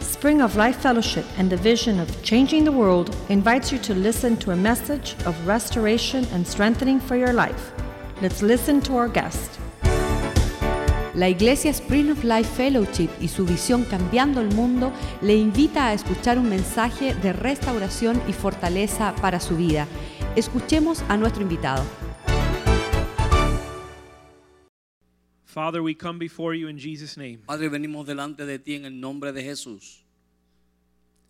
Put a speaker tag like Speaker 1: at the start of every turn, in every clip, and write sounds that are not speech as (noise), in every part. Speaker 1: Spring of Life Fellowship and the vision of changing the world invites you to listen to a message of restoration and strengthening for your life. Let's listen to our guest.
Speaker 2: La Iglesia Spring of Life Fellowship y su visión Cambiando el Mundo le invita a escuchar un mensaje de restauración y fortaleza para su vida. Escuchemos a nuestro invitado.
Speaker 3: Father, we come before you in Jesus' name.
Speaker 4: Padre, venimos delante de ti en el nombre de Jesús.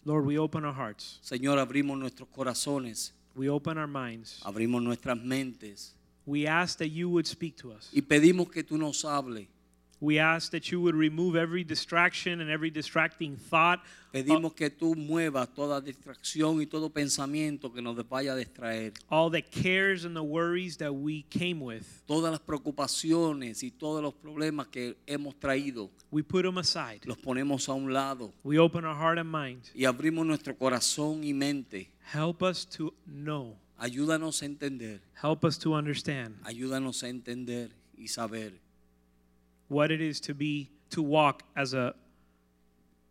Speaker 3: Lord, we open our hearts,
Speaker 4: Señor, abrimos nuestros corazones,
Speaker 3: we open our minds.
Speaker 4: abrimos nuestras mentes
Speaker 3: We ask that you would speak to us.
Speaker 4: y pedimos que tú nos hables.
Speaker 3: We ask that you would remove every distraction and every distracting thought.
Speaker 4: Pedimos que tú muevas toda distracción y todo pensamiento que nos vaya a distraer.
Speaker 3: All the cares and the worries that we came with,
Speaker 4: Todas las preocupaciones y todos los problemas que hemos traído
Speaker 3: we put them aside.
Speaker 4: los ponemos a un lado
Speaker 3: We open our heart and mind.
Speaker 4: y abrimos nuestro corazón y mente.
Speaker 3: Help us to know.
Speaker 4: Ayúdanos a entender,
Speaker 3: Help us to understand
Speaker 4: ayúdanos a entender y saber
Speaker 3: what it is to be to walk as a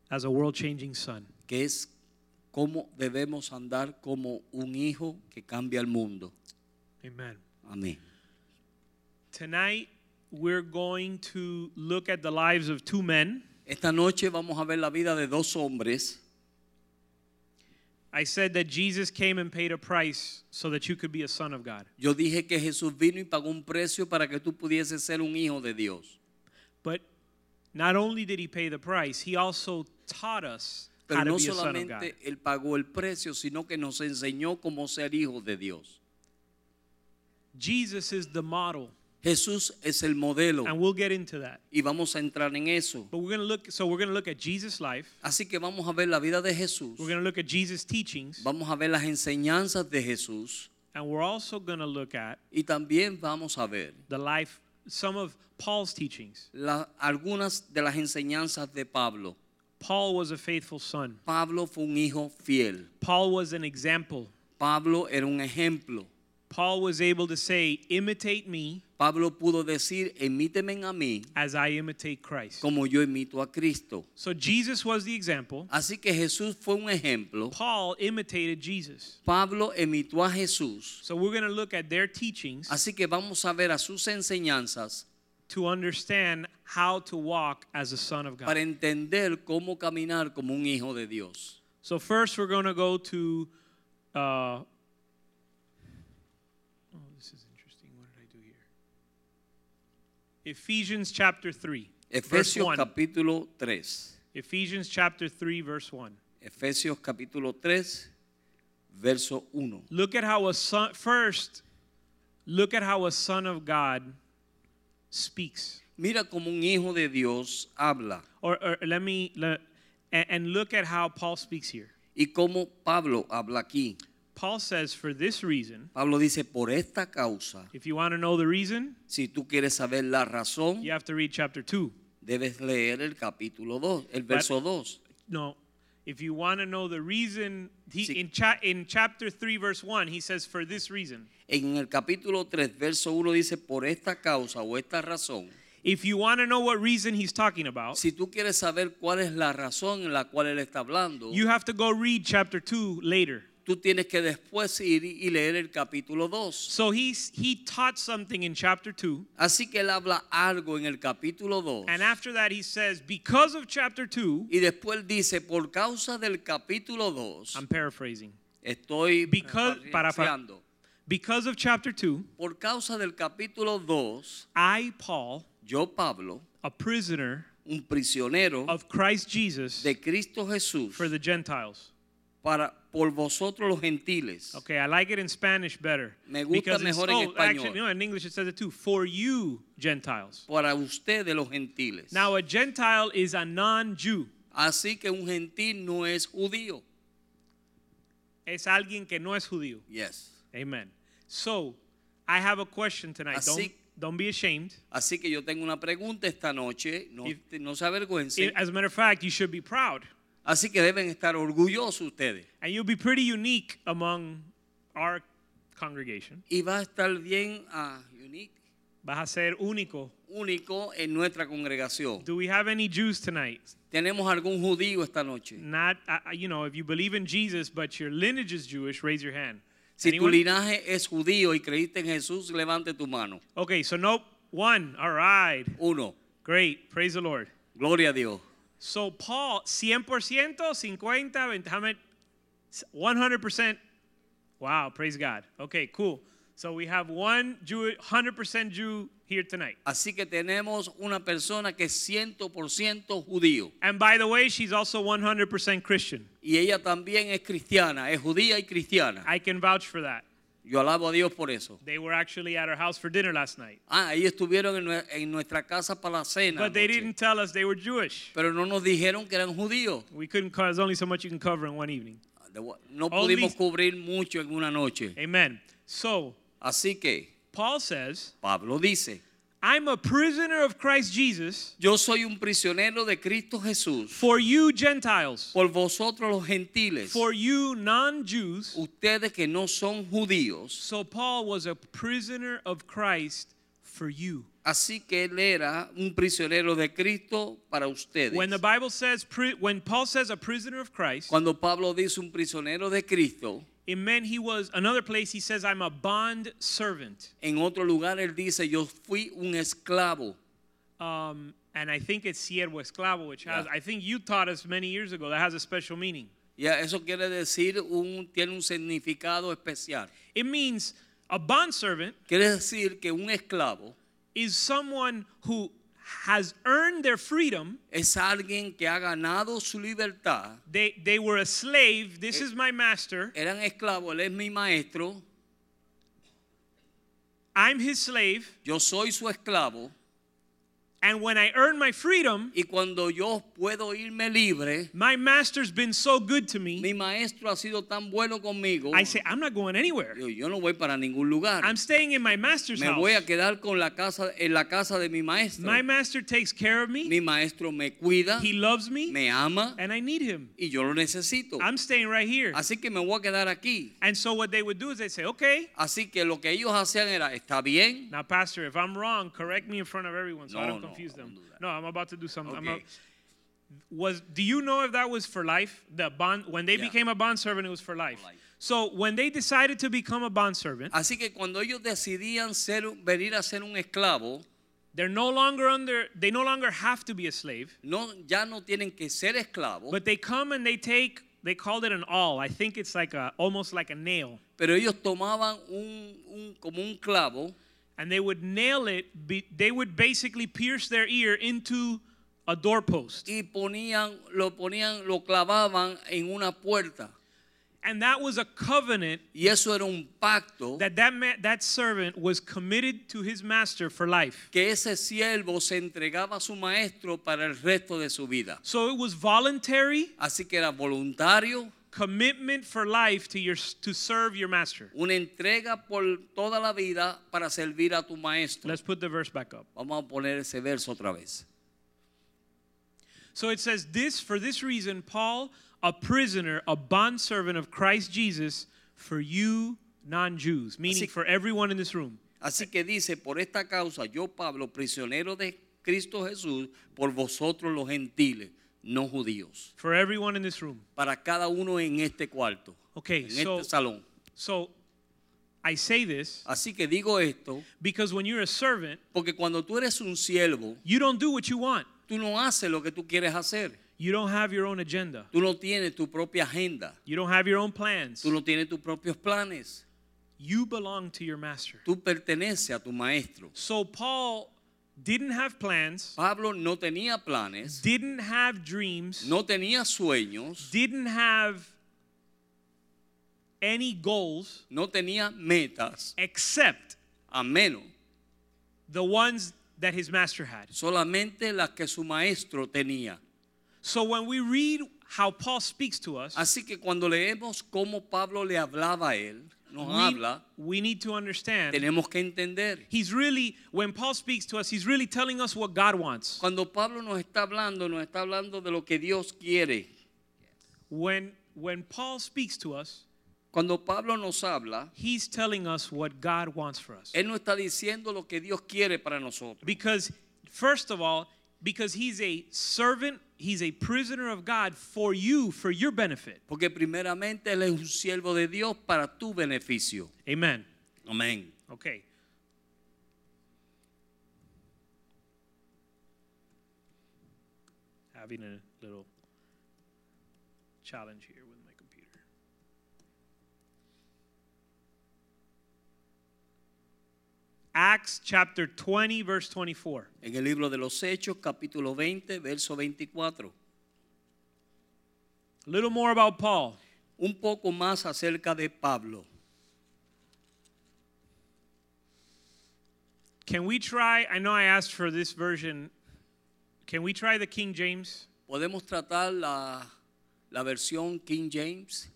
Speaker 3: as a world-changing son.
Speaker 4: que es cómo debemos andar como un hijo que cambia el mundo.
Speaker 3: Amen.
Speaker 4: Amén.
Speaker 3: Tonight we're going to look at the lives of two men.
Speaker 4: Esta noche vamos a ver la vida de dos hombres.
Speaker 3: I said that Jesus came and paid a price so that you could be a son of God.
Speaker 4: Yo dije que Jesús vino y pagó un precio para que tú pudieses ser un hijo de Dios.
Speaker 3: But not only did he pay the price, he also taught us how
Speaker 4: Pero
Speaker 3: to
Speaker 4: no
Speaker 3: be a son of God.
Speaker 4: solamente Él pagó el precio, sino que nos enseñó cómo ser hijo de Dios.
Speaker 3: Jesus is the model,
Speaker 4: Jesús es el modelo
Speaker 3: and we'll get into that.
Speaker 4: y vamos a entrar en eso.
Speaker 3: But we're going to look so we're going to look at Jesus' life.
Speaker 4: Así que vamos a ver la vida de Jesús,
Speaker 3: We're going to look at Jesus' teachings,
Speaker 4: vamos a ver las enseñanzas de Jesús
Speaker 3: and we're also going to look at
Speaker 4: y también vamos a ver
Speaker 3: the life some of Paul's teachings.
Speaker 4: la- algunas de las enseñanzas de Pablo.
Speaker 3: Paul was a faithful son.
Speaker 4: Pablo fue un hijo fiel.
Speaker 3: Paul was an example.
Speaker 4: Pablo era un ejemplo.
Speaker 3: Paul was able to say, "Imitate me
Speaker 4: Pablo pudo decir, imíteme a mí
Speaker 3: as I imitate Christ."
Speaker 4: como yo imito a Cristo.
Speaker 3: So Jesus was the example.
Speaker 4: Así que Jesús fue un ejemplo.
Speaker 3: Paul imitated Jesus.
Speaker 4: Pablo imitó a Jesús.
Speaker 3: So we're going to look at their teachings
Speaker 4: Así que vamos a ver a sus enseñanzas
Speaker 3: to understand how to walk as a son of
Speaker 4: para
Speaker 3: God.
Speaker 4: entender cómo caminar como un hijo de Dios.
Speaker 3: So first, we're going to go to. Uh, oh, this is interesting. What did I do here? Ephesians chapter three, verse
Speaker 4: Efesios
Speaker 3: one.
Speaker 4: capítulo 3.
Speaker 3: Ephesians chapter three, verse one.
Speaker 4: Efesios capítulo 3, verso 1.
Speaker 3: Look at how a son. First, look at how a son of God speaks.
Speaker 4: Mira cómo un hijo de Dios habla
Speaker 3: Or, or let me le- and, and look at how Paul speaks here.
Speaker 4: y cómo Pablo habla aquí.
Speaker 3: Paul says, for this reason,
Speaker 4: Pablo dice, por esta causa,
Speaker 3: if you want to know the reason,
Speaker 4: si tú quieres saber la razón,
Speaker 3: you have to read chapter 2.
Speaker 4: debes leer el capítulo 2, el
Speaker 3: But-
Speaker 4: verso 2.
Speaker 3: No. If you want to know the reason, he,
Speaker 4: Sí.
Speaker 3: in, cha- in chapter 3, verse 1, he says, for this reason.
Speaker 4: En el capítulo 3, verso 1 dice, por esta causa o esta razón,
Speaker 3: If you want to know what reason he's talking about,
Speaker 4: si tú quieres saber cuál es la razón en la cual él está hablando,
Speaker 3: you have to go read chapter 2 later.
Speaker 4: tú tienes que después ir y leer el capítulo 2.
Speaker 3: So he's, he taught something in chapter 2.
Speaker 4: Así que él habla algo en el capítulo 2.
Speaker 3: And after that, he says, because of chapter 2,
Speaker 4: Y después él dice, por causa del capítulo 2,
Speaker 3: I'm paraphrasing.
Speaker 4: estoy
Speaker 3: Um, Because- para-
Speaker 4: parafraseando.
Speaker 3: Because of chapter 2,
Speaker 4: Por causa del capítulo 2,
Speaker 3: I, Paul,
Speaker 4: yo Pablo,
Speaker 3: a prisoner
Speaker 4: un prisionero
Speaker 3: of Christ Jesus
Speaker 4: de Cristo Jesús,
Speaker 3: for the Gentiles.
Speaker 4: para por vosotros los gentiles.
Speaker 3: Okay, I like it in Spanish better.
Speaker 4: Me gusta mejor en
Speaker 3: oh, actually,
Speaker 4: español.
Speaker 3: no, in English it says it too. For you Gentiles.
Speaker 4: para ustedes los gentiles.
Speaker 3: Now a Gentile is a non-Jew.
Speaker 4: Así que un gentil no es judío.
Speaker 3: Es alguien que no es judío.
Speaker 4: Yes.
Speaker 3: Amen. So, I have a question tonight. Don't
Speaker 4: Así-
Speaker 3: don't be ashamed.
Speaker 4: Así que yo tengo una pregunta esta noche, no,
Speaker 3: If-
Speaker 4: te- no se avergüencen.
Speaker 3: As a matter of fact, you should be proud.
Speaker 4: Así que deben estar orgullosos ustedes.
Speaker 3: And you'll be pretty unique among our congregation.
Speaker 4: Y va a estar bien ah, unique.
Speaker 3: Vas a ser único
Speaker 4: único en nuestra congregación.
Speaker 3: Do we have any Jews tonight?
Speaker 4: ¿Tenemos algún judío esta noche?
Speaker 3: Not, I- I- you know, if you believe in Jesus, but your lineage is Jewish, raise your hand.
Speaker 4: Si tu
Speaker 3: Anyone?
Speaker 4: linaje es judío y creíste en Jesús, levante tu mano.
Speaker 3: Okay, so nope. One. All right.
Speaker 4: Uno.
Speaker 3: Great. Praise the Lord.
Speaker 4: Gloria a Dios.
Speaker 3: So Paul, 100%, 50, 20, how many? 100%. Wow, praise God. Okay, cool. So we have one Jew, 100% Jew here tonight.
Speaker 4: Así que tenemos una persona que es 100% judío.
Speaker 3: And by the way, she's also 100% Christian.
Speaker 4: Y ella también es cristiana, es judía y cristiana.
Speaker 3: I can vouch for that.
Speaker 4: Yo alabo a Dios por eso.
Speaker 3: They were actually at our house for dinner last night.
Speaker 4: Ah, ellos estuvieron en, nue- en nuestra casa para la cena.
Speaker 3: But they
Speaker 4: anoche.
Speaker 3: didn't tell us they were Jewish.
Speaker 4: Pero no nos dijeron que eran judíos.
Speaker 3: We couldn't cover, there's only so much you can cover in one evening.
Speaker 4: No
Speaker 3: Only-
Speaker 4: pudimos cubrir mucho en una noche.
Speaker 3: Amen. So,
Speaker 4: Así que
Speaker 3: Paul says,
Speaker 4: Pablo dice,
Speaker 3: I'm a prisoner of Christ Jesus
Speaker 4: yo soy un prisionero de Cristo Jesús
Speaker 3: for you Gentiles,
Speaker 4: por vosotros los gentiles,
Speaker 3: for you non Jews.
Speaker 4: ustedes que no son judíos.
Speaker 3: So, Paul was a prisoner of Christ for you.
Speaker 4: Así que él era un prisionero de Cristo para ustedes.
Speaker 3: When the Bible says, pri- when Paul says a prisoner of Christ,
Speaker 4: Cuando Pablo dice un prisionero de Cristo,
Speaker 3: it meant he was, another place he says, I'm a bond servant.
Speaker 4: en otro lugar él dice, yo fui un esclavo.
Speaker 3: Um, and I think it's siervo esclavo, which has,
Speaker 4: Yeah.
Speaker 3: I think you taught us many years ago, that has a special meaning.
Speaker 4: Ya eso quiere decir un tiene un significado especial.
Speaker 3: It means a bondservant
Speaker 4: Quiere decir que un esclavo
Speaker 3: is someone who has earned their freedom.
Speaker 4: es alguien que ha ganado su libertad.
Speaker 3: They, they were a slave. This is my master.
Speaker 4: Eran esclavos, él es mi maestro,
Speaker 3: I'm his slave.
Speaker 4: yo soy su esclavo
Speaker 3: And when I earn my freedom,
Speaker 4: y cuando yo puedo irme libre,
Speaker 3: my master's been so good to me.
Speaker 4: mi maestro ha sido tan bueno conmigo.
Speaker 3: I say, I'm not going anywhere.
Speaker 4: Yo, yo no voy para ningún lugar.
Speaker 3: I'm staying in my master's
Speaker 4: Me
Speaker 3: house.
Speaker 4: voy a quedar con la casa en la casa de mi maestro.
Speaker 3: My master takes care of me.
Speaker 4: Mi maestro me cuida,
Speaker 3: He loves me.
Speaker 4: me ama
Speaker 3: And I need him.
Speaker 4: y yo lo necesito.
Speaker 3: I'm staying right here.
Speaker 4: Así que me voy a quedar aquí.
Speaker 3: And so what they would do is they'd say, okay,
Speaker 4: Así que lo que ellos hacían era, está bien,
Speaker 3: now pastor, if I'm wrong, correct me in front of everyone so I
Speaker 4: No,
Speaker 3: don't
Speaker 4: no,
Speaker 3: confuse
Speaker 4: I won't
Speaker 3: them.
Speaker 4: do that.
Speaker 3: no, I'm about to do something. I'm
Speaker 4: Okay.
Speaker 3: a- was do you know if that was for life? The bond when they
Speaker 4: Yeah.
Speaker 3: became a bondservant, it was for life.
Speaker 4: life.
Speaker 3: So when they decided to become a bondservant,
Speaker 4: Así que cuando ellos decidían ser, venir a ser un esclavo,
Speaker 3: they're no longer under they no longer have to be a slave,
Speaker 4: no, ya no tienen que ser esclavos,
Speaker 3: but they come and they take they called it an awl. I think it's like a almost like a nail.
Speaker 4: pero ellos tomaban un, un- como un clavo
Speaker 3: And they would nail it be, they would basically pierce their ear into a doorpost.
Speaker 4: y ponían, lo ponían, lo clavaban en una puerta.
Speaker 3: And that was a covenant
Speaker 4: Y eso era un pacto
Speaker 3: that that, ma- that servant was committed to his master for life.
Speaker 4: que ese siervo se entregaba a su maestro para el resto de su vida.
Speaker 3: So it was voluntary
Speaker 4: Así que era voluntario,
Speaker 3: commitment for life to your to serve your master.
Speaker 4: una entrega por toda la vida para servir a tu maestro.
Speaker 3: Let's put the verse back up.
Speaker 4: Vamos a poner ese verso otra vez.
Speaker 3: So it says this for this reason Paul a prisoner a bondservant of Christ Jesus for you non-Jews meaning
Speaker 4: Así-
Speaker 3: for everyone in this room.
Speaker 4: Así que dice, por esta causa yo, Pablo, prisionero de Cristo Jesús, por vosotros los gentiles, no judíos,
Speaker 3: For everyone in this room.
Speaker 4: para cada uno en este cuarto,
Speaker 3: Okay,
Speaker 4: en
Speaker 3: so
Speaker 4: este salón.
Speaker 3: so I say this
Speaker 4: Así que digo esto,
Speaker 3: because when you're a servant
Speaker 4: porque cuando tú eres un siervo,
Speaker 3: you don't do what you want.
Speaker 4: tú no haces lo que tú quieres hacer.
Speaker 3: You don't have your own agenda.
Speaker 4: Tú no tienes tu propia agenda,
Speaker 3: You don't have your own plans.
Speaker 4: tú no tienes tus propios planes,
Speaker 3: You belong to your master.
Speaker 4: tú perteneces a tu maestro.
Speaker 3: So Paul didn't have plans.
Speaker 4: Pablo no tenía planes,
Speaker 3: didn't have dreams,
Speaker 4: no tenía sueños,
Speaker 3: didn't have any goals
Speaker 4: no tenía metas,
Speaker 3: except
Speaker 4: a menos
Speaker 3: the ones that his master had.
Speaker 4: solamente las que su maestro tenía.
Speaker 3: So when we read how Paul speaks to us,
Speaker 4: Así que cuando leemos cómo Pablo le hablaba a él, nos
Speaker 3: we,
Speaker 4: habla,
Speaker 3: we need to understand.
Speaker 4: tenemos que entender.
Speaker 3: He's really, when Paul speaks to us, he's really telling us what God wants.
Speaker 4: Cuando Pablo nos está hablando, nos está hablando de lo que Dios quiere.
Speaker 3: When, when Paul speaks to us,
Speaker 4: Cuando Pablo nos habla,
Speaker 3: He's telling us what God wants for us.
Speaker 4: él no está diciendo lo que Dios quiere para nosotros.
Speaker 3: Because, first of all, because he's a servant, he's a prisoner of God for you, for your benefit.
Speaker 4: Porque primeramente él es un siervo de Dios para tu beneficio.
Speaker 3: Amen.
Speaker 4: Amén.
Speaker 3: Okay. Having a little challenge here with my computer. Acts chapter 20, verse 24.
Speaker 4: En el libro de los Hechos, capítulo 20, verso 24.
Speaker 3: A little more about Paul.
Speaker 4: Un poco más acerca de Pablo.
Speaker 3: Can we try? I know I asked for this version. Can we try the King James?
Speaker 4: Podemos tratar la, la versión King James.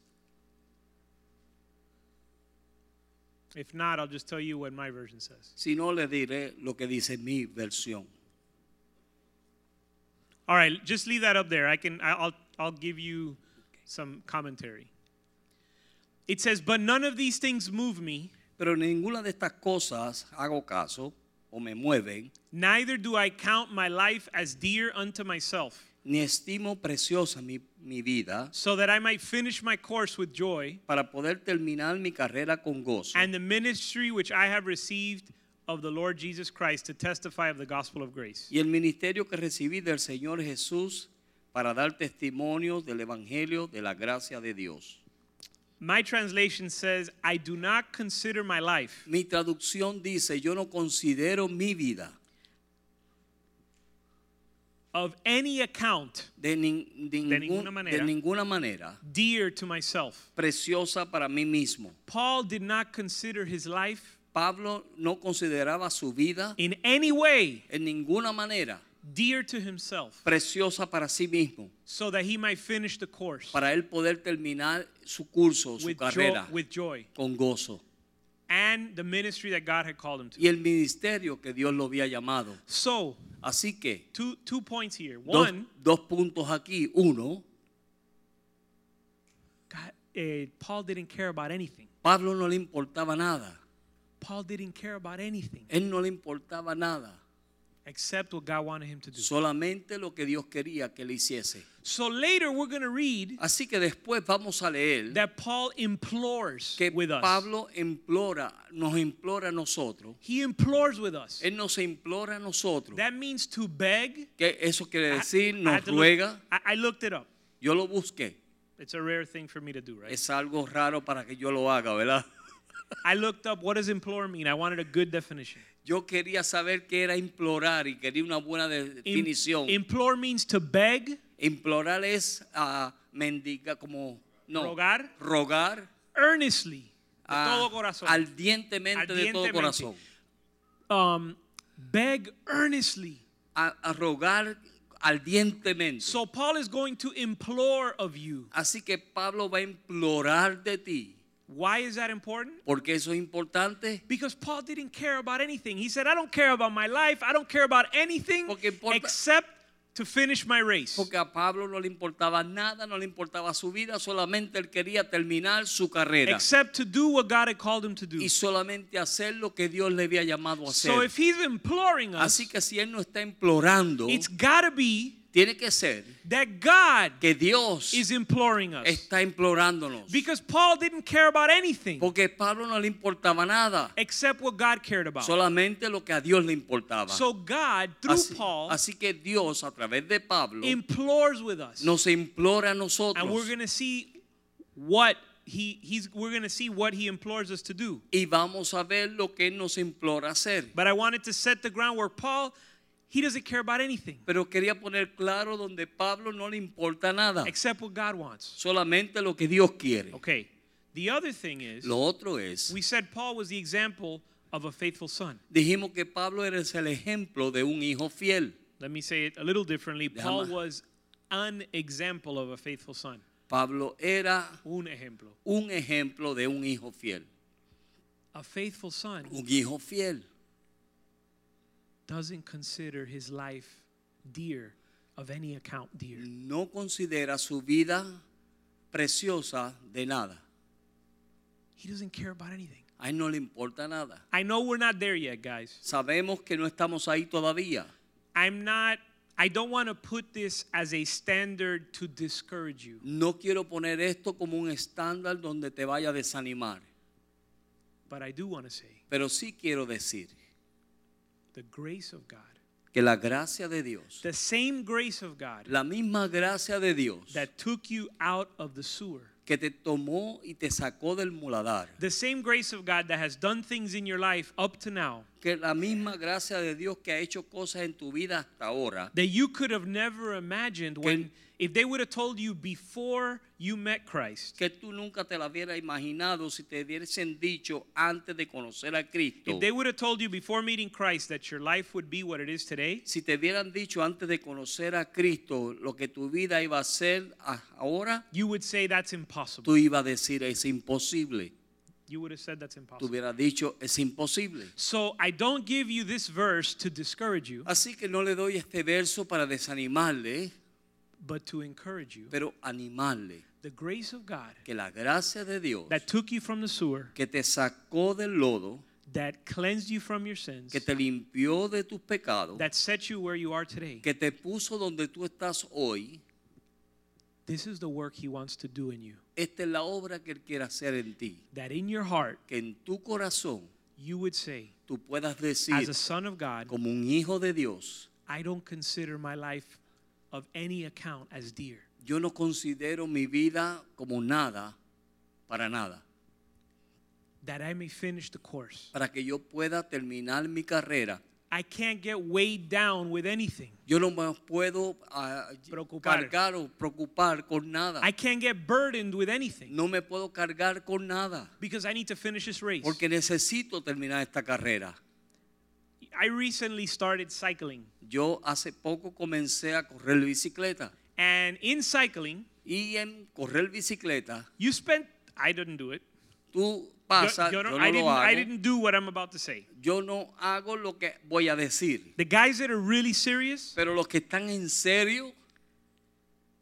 Speaker 3: If not, I'll just tell you what my version says.
Speaker 4: Si no, le diré lo que dice mi versión.
Speaker 3: All right, just leave that up there. I can. I- I'll. I'll give you some commentary. It says, "But none of these things move me.
Speaker 4: Pero ninguna de estas cosas hago caso o me mueven,
Speaker 3: Neither do I count my life as dear unto myself,
Speaker 4: ni estimo preciosa mi, mi vida
Speaker 3: so that I might finish my course with joy
Speaker 4: para poder terminar mi carrera con gozo
Speaker 3: and the ministry which I have received of the Lord Jesus Christ to testify of the gospel of grace."
Speaker 4: y el ministerio que recibí del Señor Jesús para dar testimonio del Evangelio de la gracia de Dios.
Speaker 3: My translation says, "I do not consider my life."
Speaker 4: Mi traducción dice, yo no considero mi vida
Speaker 3: of any account
Speaker 4: de, nin- de
Speaker 3: De
Speaker 4: ningún-
Speaker 3: ninguna manera.
Speaker 4: de ninguna manera
Speaker 3: dear to myself.
Speaker 4: preciosa para mí mismo.
Speaker 3: Paul did not consider his life
Speaker 4: Pablo no consideraba su vida
Speaker 3: in any way
Speaker 4: en ninguna manera
Speaker 3: dear to himself
Speaker 4: preciosa para sí mismo,
Speaker 3: so that he might finish the course
Speaker 4: para él poder terminar su curso, su
Speaker 3: with, joy,
Speaker 4: carrera
Speaker 3: with joy
Speaker 4: con gozo
Speaker 3: and the ministry that God had called him to.
Speaker 4: y el ministerio que Dios lo había llamado.
Speaker 3: So,
Speaker 4: Así que
Speaker 3: two, two points here.
Speaker 4: dos,
Speaker 3: One,
Speaker 4: dos puntos aquí. Uno,
Speaker 3: God, eh, Paul didn't care about anything.
Speaker 4: Pablo no le importaba nada.
Speaker 3: Paul didn't care about anything
Speaker 4: Él no le importaba nada,
Speaker 3: except what God wanted him to do.
Speaker 4: solamente lo que Dios quería que le hiciese.
Speaker 3: So, later we're going to read
Speaker 4: Así que después vamos a leer
Speaker 3: that Paul implores
Speaker 4: que
Speaker 3: with us.
Speaker 4: Pablo implora, nos implora a nosotros.
Speaker 3: he implores with us.
Speaker 4: Él nos implora a nosotros.
Speaker 3: That means to beg.
Speaker 4: Que eso quiere
Speaker 3: I-
Speaker 4: decir,
Speaker 3: I
Speaker 4: nos
Speaker 3: had to look-
Speaker 4: ruega.
Speaker 3: I, I looked it up.
Speaker 4: Yo lo busqué.
Speaker 3: It's a rare thing for me to do, right?
Speaker 4: Es algo raro para que yo lo haga, ¿verdad? (laughs)
Speaker 3: I looked up what does implore mean. I wanted a good definition.
Speaker 4: Yo quería saber qué era implorar y quería una buena de-
Speaker 3: Im-
Speaker 4: definición.
Speaker 3: implore means to beg,
Speaker 4: implorar es a mendiga como no,
Speaker 3: Rogar.
Speaker 4: rogar
Speaker 3: earnestly, de
Speaker 4: a-
Speaker 3: todo corazón.
Speaker 4: ardientemente de todo
Speaker 3: Ardientemente.
Speaker 4: corazón.
Speaker 3: um, beg earnestly.
Speaker 4: A, a rogar ardientemente.
Speaker 3: So Paul is going to implore of you.
Speaker 4: Así que Pablo va a implorar de ti,
Speaker 3: Why is that important?
Speaker 4: porque eso es importante.
Speaker 3: Because Paul didn't care about anything. He said, I don't care about my life. I don't care about anything
Speaker 4: Porque importa-
Speaker 3: except to finish my race.
Speaker 4: Porque a Pablo no le importaba nada, no le importaba su vida, solamente él quería terminar su carrera
Speaker 3: except to do what God had called him to do.
Speaker 4: y solamente hacer lo que Dios le había llamado a hacer.
Speaker 3: So if he's imploring us,
Speaker 4: Así que si él no está implorando,
Speaker 3: it's got to be
Speaker 4: tiene que ser
Speaker 3: that God
Speaker 4: que Dios
Speaker 3: is imploring us.
Speaker 4: está implorándonos.
Speaker 3: Because Paul didn't care about anything
Speaker 4: Porque Pablo no le importaba nada,
Speaker 3: except what God cared about.
Speaker 4: solamente lo que a Dios le importaba.
Speaker 3: So God,
Speaker 4: así,
Speaker 3: through Paul,
Speaker 4: así que Dios a través de Pablo
Speaker 3: implores with us.
Speaker 4: nos implora a nosotros
Speaker 3: And we're going to see what he he's we're going to see what he implores us to do.
Speaker 4: y vamos a ver lo que él nos implora hacer.
Speaker 3: But I wanted to set the groundwork. Paul, he doesn't care about anything
Speaker 4: Pero quería poner claro donde Pablo no le importa nada,
Speaker 3: except what God wants.
Speaker 4: solamente lo que Dios quiere.
Speaker 3: Okay. The other thing is
Speaker 4: Lo otro es,
Speaker 3: we said Paul was the example of a faithful son.
Speaker 4: dijimos que Pablo era el ejemplo de un hijo fiel.
Speaker 3: Let me say it a little differently. Paul
Speaker 4: Déjame-
Speaker 3: was an example of a faithful son.
Speaker 4: Pablo era
Speaker 3: Un ejemplo.
Speaker 4: un ejemplo de un hijo fiel.
Speaker 3: A faithful son
Speaker 4: Un hijo fiel
Speaker 3: doesn't consider his life dear of any account dear.
Speaker 4: no considera su vida preciosa de nada.
Speaker 3: He doesn't care about anything.
Speaker 4: A Él no le importa nada.
Speaker 3: I know we're not there yet, guys.
Speaker 4: Sabemos que no estamos ahí todavía.
Speaker 3: I'm not, I don't want to put this as a standard to discourage you.
Speaker 4: No quiero poner esto como un estándar donde te vaya a desanimar.
Speaker 3: But I do want to say
Speaker 4: Pero sí quiero decir
Speaker 3: the grace of God,
Speaker 4: que la gracia de Dios,
Speaker 3: the same grace of God
Speaker 4: la misma gracia de Dios
Speaker 3: that took you out of the sewer,
Speaker 4: que te tomó y te sacó del muladar,
Speaker 3: the same grace of God that has done things in your life up to now
Speaker 4: que la misma gracia de Dios que ha hecho cosas en tu vida hasta ahora,
Speaker 3: that you could have never imagined when, if they would have told you before you met Christ,
Speaker 4: que tú nunca te la hubieras imaginado si te hubiesen dicho antes de conocer a Cristo.
Speaker 3: if they would have told you before meeting Christ that your life would be what it is today,
Speaker 4: Si te hubieran dicho antes de conocer a Cristo lo que tu vida iba a ser a- ahora,
Speaker 3: you would say that's impossible.
Speaker 4: tú ibas a decir es imposible.
Speaker 3: You would have said that's
Speaker 4: Tú
Speaker 3: impossible.
Speaker 4: hubieras dicho es imposible.
Speaker 3: So I don't give you this verse to discourage you,
Speaker 4: Así que no le doy este verso para desanimarle, ¿eh?
Speaker 3: but to encourage you.
Speaker 4: pero animarle
Speaker 3: The grace of God
Speaker 4: que la gracia de Dios
Speaker 3: that took you from the sewer,
Speaker 4: que te sacó del lodo,
Speaker 3: that cleansed you from your sins,
Speaker 4: que te limpió de tus pecados,
Speaker 3: that set you where you are today.
Speaker 4: que te puso donde tú estás hoy,
Speaker 3: This is the work He wants to do in you.
Speaker 4: esta es la obra que Él quiere hacer en ti.
Speaker 3: That in your heart,
Speaker 4: Que en tu corazón
Speaker 3: you would say,
Speaker 4: tú puedas
Speaker 3: as
Speaker 4: decir,
Speaker 3: a son of God,
Speaker 4: como un hijo de Dios,
Speaker 3: I don't consider my life of any account as dear.
Speaker 4: yo no considero mi vida como nada, para nada,
Speaker 3: That I may finish the course.
Speaker 4: para que yo pueda terminar mi carrera.
Speaker 3: I can't get weighed down with anything.
Speaker 4: Yo no me puedo ah,
Speaker 3: Preocupar.
Speaker 4: cargar o preocupar con nada.
Speaker 3: I can't get burdened with anything
Speaker 4: No me puedo cargar con nada,
Speaker 3: because I need to finish this race.
Speaker 4: porque necesito terminar esta carrera.
Speaker 3: I recently started cycling,
Speaker 4: Yo hace poco comencé a correr bicicleta
Speaker 3: and in cycling,
Speaker 4: y en correr bicicleta
Speaker 3: you spend. I didn't do it.
Speaker 4: tú pasas,
Speaker 3: Yo- yo no-
Speaker 4: Ah, yo, no
Speaker 3: I,
Speaker 4: lo
Speaker 3: didn't, I
Speaker 4: hago,
Speaker 3: didn't do what I'm about to say.
Speaker 4: yo no hago lo que voy a decir,
Speaker 3: The guys that are really serious,
Speaker 4: pero los que están en serio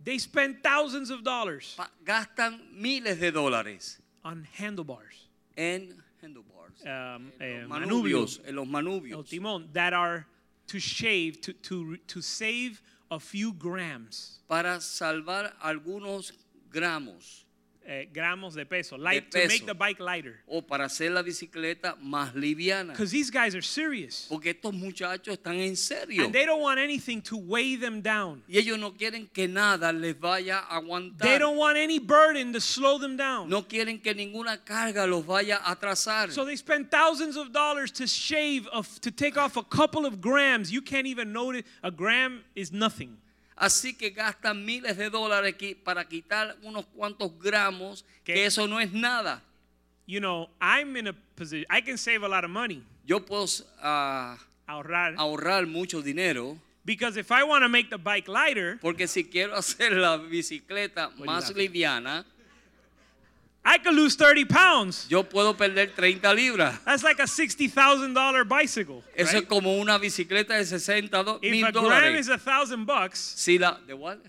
Speaker 3: they spend thousands of dollars
Speaker 4: pa- gastan miles de dólares
Speaker 3: on handlebars,
Speaker 4: en handlebars,
Speaker 3: um, eh,
Speaker 4: en los
Speaker 3: manubrios,
Speaker 4: manubrios, en los manubrios,
Speaker 3: El timón that are to shave to to to save a few grams
Speaker 4: para salvar algunos gramos
Speaker 3: eh, gramos de peso light to make
Speaker 4: peso.
Speaker 3: the bike lighter
Speaker 4: o para hacer la bicicleta más liviana.
Speaker 3: because these guys are serious
Speaker 4: Porque estos muchachos están en serio.
Speaker 3: and they don't want anything to weigh them down
Speaker 4: Y ellos no quieren que nada les vaya a
Speaker 3: they
Speaker 4: aguantar.
Speaker 3: don't want any burden to slow them down
Speaker 4: No quieren que ninguna carga los vaya a atrasar.
Speaker 3: so they spend thousands of dollars to shave of, to take off a couple of grams you can't even notice a gram is nothing
Speaker 4: Así que gastan miles de dólares qui- para quitar unos cuantos gramos,
Speaker 3: ¿Qué?
Speaker 4: que eso no es nada.
Speaker 3: you know i'm in a position i can save a lot of money
Speaker 4: Yo puedo ah,
Speaker 3: ahorrar
Speaker 4: ahorrar mucho dinero,
Speaker 3: because if i want to make the bike lighter
Speaker 4: porque si quiero (laughs) hacer la bicicleta
Speaker 3: Pues
Speaker 4: más
Speaker 3: laughing?
Speaker 4: liviana,
Speaker 3: I could lose 30 pounds.
Speaker 4: yo puedo perder 30 libras.
Speaker 3: That's like a $60,000 bicycle.
Speaker 4: Eso
Speaker 3: right?
Speaker 4: es como una bicicleta de 60 do-
Speaker 3: If
Speaker 4: mil
Speaker 3: a gram is
Speaker 4: dólares.
Speaker 3: a thousand bucks,
Speaker 4: Si, la, ¿de what?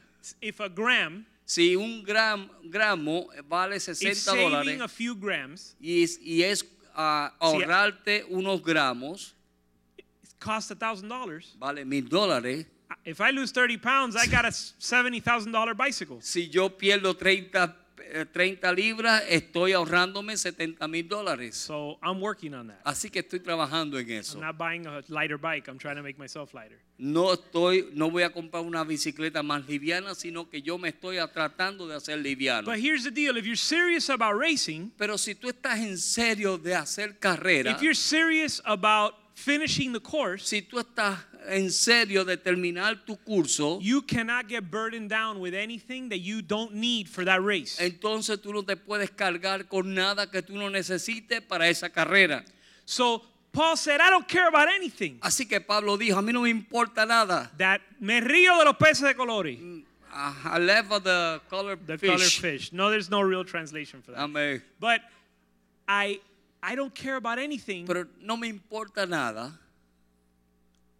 Speaker 3: if a gram
Speaker 4: si un gram, gramo vale
Speaker 3: is
Speaker 4: 60 dólares,
Speaker 3: saving a few grams,
Speaker 4: y es, y es ah, ahorrarte unos gramos,
Speaker 3: it costs $1,000.
Speaker 4: vale mil dólares.
Speaker 3: I- If I lose 30 pounds, I got a s- $70,000 bicycle.
Speaker 4: Si yo pierdo 30, eh, 30 libras, estoy ahorrándome 70 mil dólares.
Speaker 3: So I'm working on that.
Speaker 4: Así que estoy trabajando en
Speaker 3: I'm
Speaker 4: eso.
Speaker 3: not buying a lighter bike. I'm trying to make myself lighter.
Speaker 4: No estoy, no voy a comprar una bicicleta más liviana, sino que yo me estoy a- tratando de hacer liviano.
Speaker 3: But here's the deal if you're serious about racing,
Speaker 4: Pero si tú estás en serio de hacer carrera,
Speaker 3: if you're serious about finishing the course,
Speaker 4: si tú estás en serio de terminar tu curso,
Speaker 3: you cannot get burdened down with anything that you don't need for that race.
Speaker 4: entonces tú no te puedes cargar con nada que tú no necesites para esa carrera.
Speaker 3: So Paul said, I don't care about anything.
Speaker 4: Así que Pablo dijo, a mí no me importa nada.
Speaker 3: That me río de los peces de colores.
Speaker 4: Ah, I I love the color
Speaker 3: The
Speaker 4: fish. Um,
Speaker 3: color fish. No, there's no real translation for that.
Speaker 4: Amén.
Speaker 3: But I I don't care about anything
Speaker 4: Pero no me importa nada,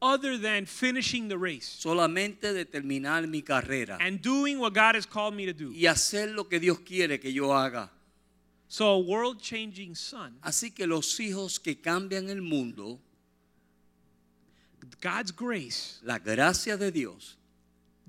Speaker 3: other than finishing the race
Speaker 4: solamente de terminar mi carrera
Speaker 3: and doing what God has called me to do.
Speaker 4: y hacer lo que Dios quiere que yo haga.
Speaker 3: So a world changing son,
Speaker 4: Así que los hijos que cambian el mundo,
Speaker 3: God's grace
Speaker 4: la gracia de Dios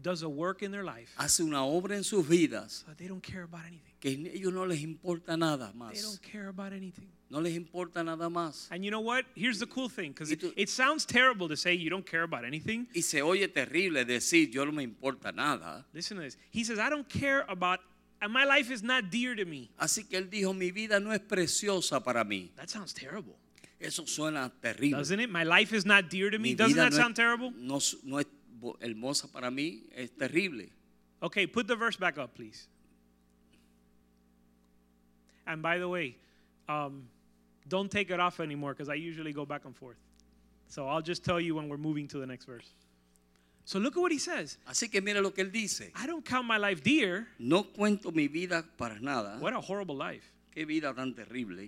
Speaker 3: does a work in their life.
Speaker 4: hace una obra en sus vidas
Speaker 3: So they don't care about anything.
Speaker 4: que a ellos no les importa nada
Speaker 3: They
Speaker 4: más.
Speaker 3: don't care about anything.
Speaker 4: No les importa nada más.
Speaker 3: And you know what? Here's the cool thing because
Speaker 4: Y
Speaker 3: it,
Speaker 4: tú-
Speaker 3: it sounds terrible to say you don't care about anything.
Speaker 4: Y se oye terrible decir, yo no me importa nada.
Speaker 3: Listen to this. He says, I don't care about, and my life is not dear to me.
Speaker 4: Así que él dijo, mi vida no es preciosa para mí.
Speaker 3: That sounds terrible.
Speaker 4: Eso suena terrible.
Speaker 3: Doesn't it? My life is not dear to me.
Speaker 4: Mi
Speaker 3: Doesn't
Speaker 4: vida
Speaker 3: that
Speaker 4: no
Speaker 3: sound
Speaker 4: es,
Speaker 3: terrible?
Speaker 4: no s- no es bo- hermosa para mí, es terrible.
Speaker 3: Okay, put the verse back up, please. And by the way, um, don't take it off anymore because I usually go back and forth. So I'll just tell you when we're moving to the next verse. So look at what he says.
Speaker 4: Así que mira lo que él dice.
Speaker 3: I don't count my life dear.
Speaker 4: No cuento mi vida para nada.
Speaker 3: What a horrible life.
Speaker 4: Qué vida tan terrible.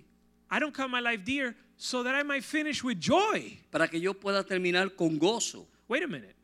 Speaker 3: I don't count my life dear so that I might finish with joy.
Speaker 4: Para que yo pueda terminar con gozo.
Speaker 3: Wait a minute.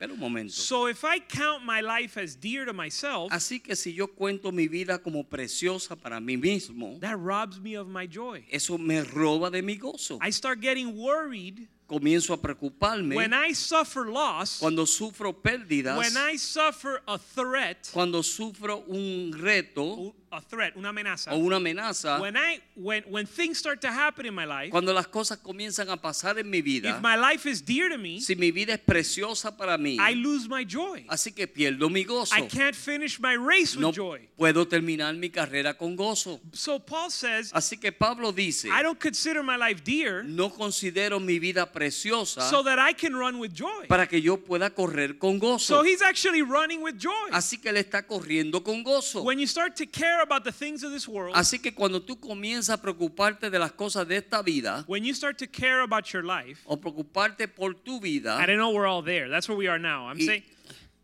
Speaker 4: Espera un momento.
Speaker 3: So if I count my life as dear to myself,
Speaker 4: Así que si yo cuento mi vida como preciosa para mí mismo,
Speaker 3: that robs me of my joy.
Speaker 4: eso me roba de mi gozo.
Speaker 3: I start getting worried
Speaker 4: Comienzo a preocuparme
Speaker 3: when I suffer loss,
Speaker 4: cuando sufro pérdidas,
Speaker 3: when I suffer a threat,
Speaker 4: cuando sufro un reto
Speaker 3: u- a threat, una
Speaker 4: o
Speaker 3: amenaza.
Speaker 4: una amenaza,
Speaker 3: When I when when things start to happen in my life,
Speaker 4: cuando las cosas comienzan a pasar en mi vida,
Speaker 3: if my life is dear to me,
Speaker 4: si mi vida es preciosa para mí,
Speaker 3: I lose my joy.
Speaker 4: así que pierdo mi gozo.
Speaker 3: I can't finish my race with
Speaker 4: No
Speaker 3: joy.
Speaker 4: puedo terminar mi carrera con gozo.
Speaker 3: So Paul says,
Speaker 4: Así que Pablo dice,
Speaker 3: I don't consider my life dear
Speaker 4: no considero mi vida preciosa
Speaker 3: so that I can run with joy.
Speaker 4: para que yo pueda correr con gozo.
Speaker 3: So he's actually running with joy.
Speaker 4: Así que él está corriendo con gozo.
Speaker 3: When you start to care about the things of this world,
Speaker 4: Así que cuando tú comienzas a preocuparte de las cosas de esta vida
Speaker 3: when you start to care about your life,
Speaker 4: o preocuparte por tu vida,
Speaker 3: I don't know we're all there. That's where we are now. I'm
Speaker 4: Y-
Speaker 3: saying,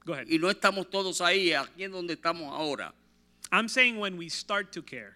Speaker 3: go ahead.
Speaker 4: y no estamos todos ahí, aquí es donde estamos ahora.
Speaker 3: I'm saying when we start to care,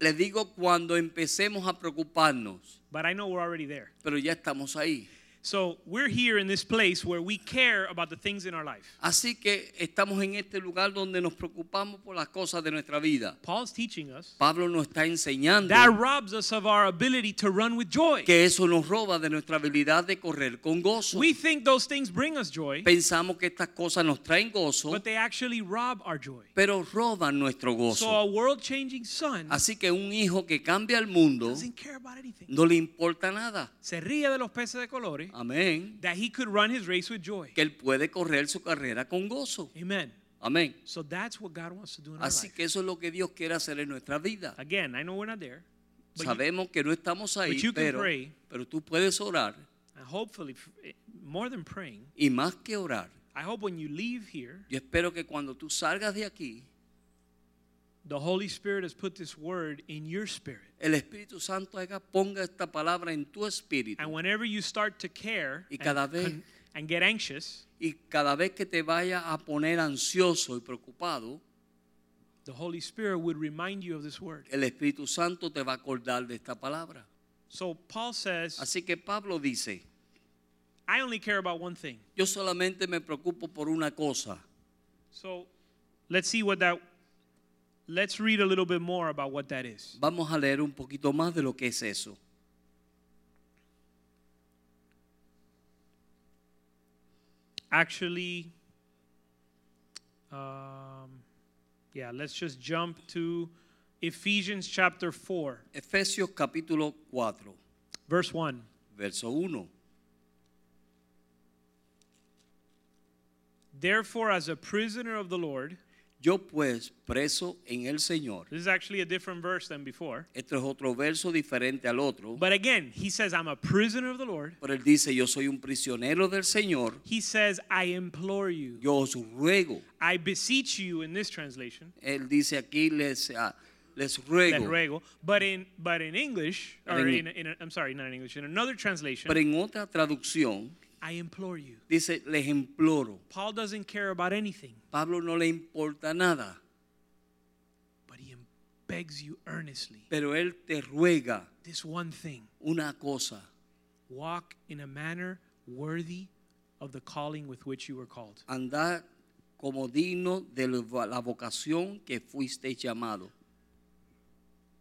Speaker 4: Les digo cuando empecemos a preocuparnos,
Speaker 3: but I know we're already there.
Speaker 4: pero ya estamos ahí.
Speaker 3: So we're here in this place where we care about the things in our life.
Speaker 4: Así que estamos en este lugar donde nos preocupamos por las cosas de nuestra vida.
Speaker 3: Paul's teaching us
Speaker 4: Pablo nos está enseñando
Speaker 3: that robs us of our ability to run with joy.
Speaker 4: que eso nos roba de nuestra habilidad de correr con gozo.
Speaker 3: We think those things bring us joy,
Speaker 4: Pensamos que estas cosas nos traen gozo,
Speaker 3: but they actually rob our joy.
Speaker 4: pero roban nuestro
Speaker 3: So
Speaker 4: gozo.
Speaker 3: a world-changing son
Speaker 4: Así que un hijo que cambia el mundo
Speaker 3: doesn't care about anything.
Speaker 4: no Ah. le importa nada.
Speaker 3: Se ríe de los peces de colores
Speaker 4: Amén.
Speaker 3: that he could run his race with joy.
Speaker 4: Que él puede correr su carrera con gozo.
Speaker 3: Amen.
Speaker 4: Amén.
Speaker 3: So that's what God wants to do in our
Speaker 4: Así
Speaker 3: life.
Speaker 4: que eso es lo que Dios quiere hacer en nuestra vida.
Speaker 3: Again, I know we're not there, but you-
Speaker 4: Sabemos que no estamos ahí,
Speaker 3: but you can
Speaker 4: pero,
Speaker 3: pray.
Speaker 4: pero tú puedes orar
Speaker 3: and hopefully, f- eh, more than praying,
Speaker 4: y más que orar.
Speaker 3: I hope when you leave here,
Speaker 4: Yo espero que cuando tú salgas de aquí,
Speaker 3: the Holy Spirit has put this word in your spirit.
Speaker 4: el Espíritu Santo haga, ponga esta palabra en tu
Speaker 3: And
Speaker 4: espíritu.
Speaker 3: whenever you start to care
Speaker 4: Y cada
Speaker 3: and,
Speaker 4: vez-
Speaker 3: and get anxious,
Speaker 4: Y cada vez que te vaya a poner ansioso y preocupado,
Speaker 3: the Holy Spirit would remind you of this word.
Speaker 4: el Espíritu Santo te va a acordar de esta palabra.
Speaker 3: So Paul says,
Speaker 4: Así que Pablo dice,
Speaker 3: I only care about one thing.
Speaker 4: yo solamente me preocupo por una cosa.
Speaker 3: So let's see what that let's read a little bit more about what that is.
Speaker 4: Vamos a leer un poquito más de lo que es eso.
Speaker 3: Actually um, yeah, let's just jump to Ephesians chapter 4,
Speaker 4: Efesios capítulo 4,
Speaker 3: verse 1.
Speaker 4: verso 1.
Speaker 3: Therefore as a prisoner of the Lord,
Speaker 4: Yo pues, preso en el Señor.
Speaker 3: this is actually a different verse than before.
Speaker 4: Esto es otro verso diferente al otro.
Speaker 3: But again, he says I'm a prisoner of the Lord.
Speaker 4: Pero él dice, yo soy un prisionero del Señor.
Speaker 3: He says I implore you.
Speaker 4: Yo os ruego.
Speaker 3: I beseech you in this translation.
Speaker 4: Él dice aquí, les, ah, les ruego.
Speaker 3: Les ruego. But in but in English, or in,
Speaker 4: En-
Speaker 3: in, I'm sorry, not in English, in another translation,
Speaker 4: Pero en otra traducción,
Speaker 3: I implore you.
Speaker 4: dice, les imploro.
Speaker 3: Paul doesn't care about anything,
Speaker 4: Pablo no le importa nada,
Speaker 3: but he im- begs you earnestly
Speaker 4: pero él te ruega
Speaker 3: this one thing:
Speaker 4: una cosa.
Speaker 3: walk in a manner worthy of the calling with which you were called.
Speaker 4: Andar como digno de la vocación que fuiste llamado.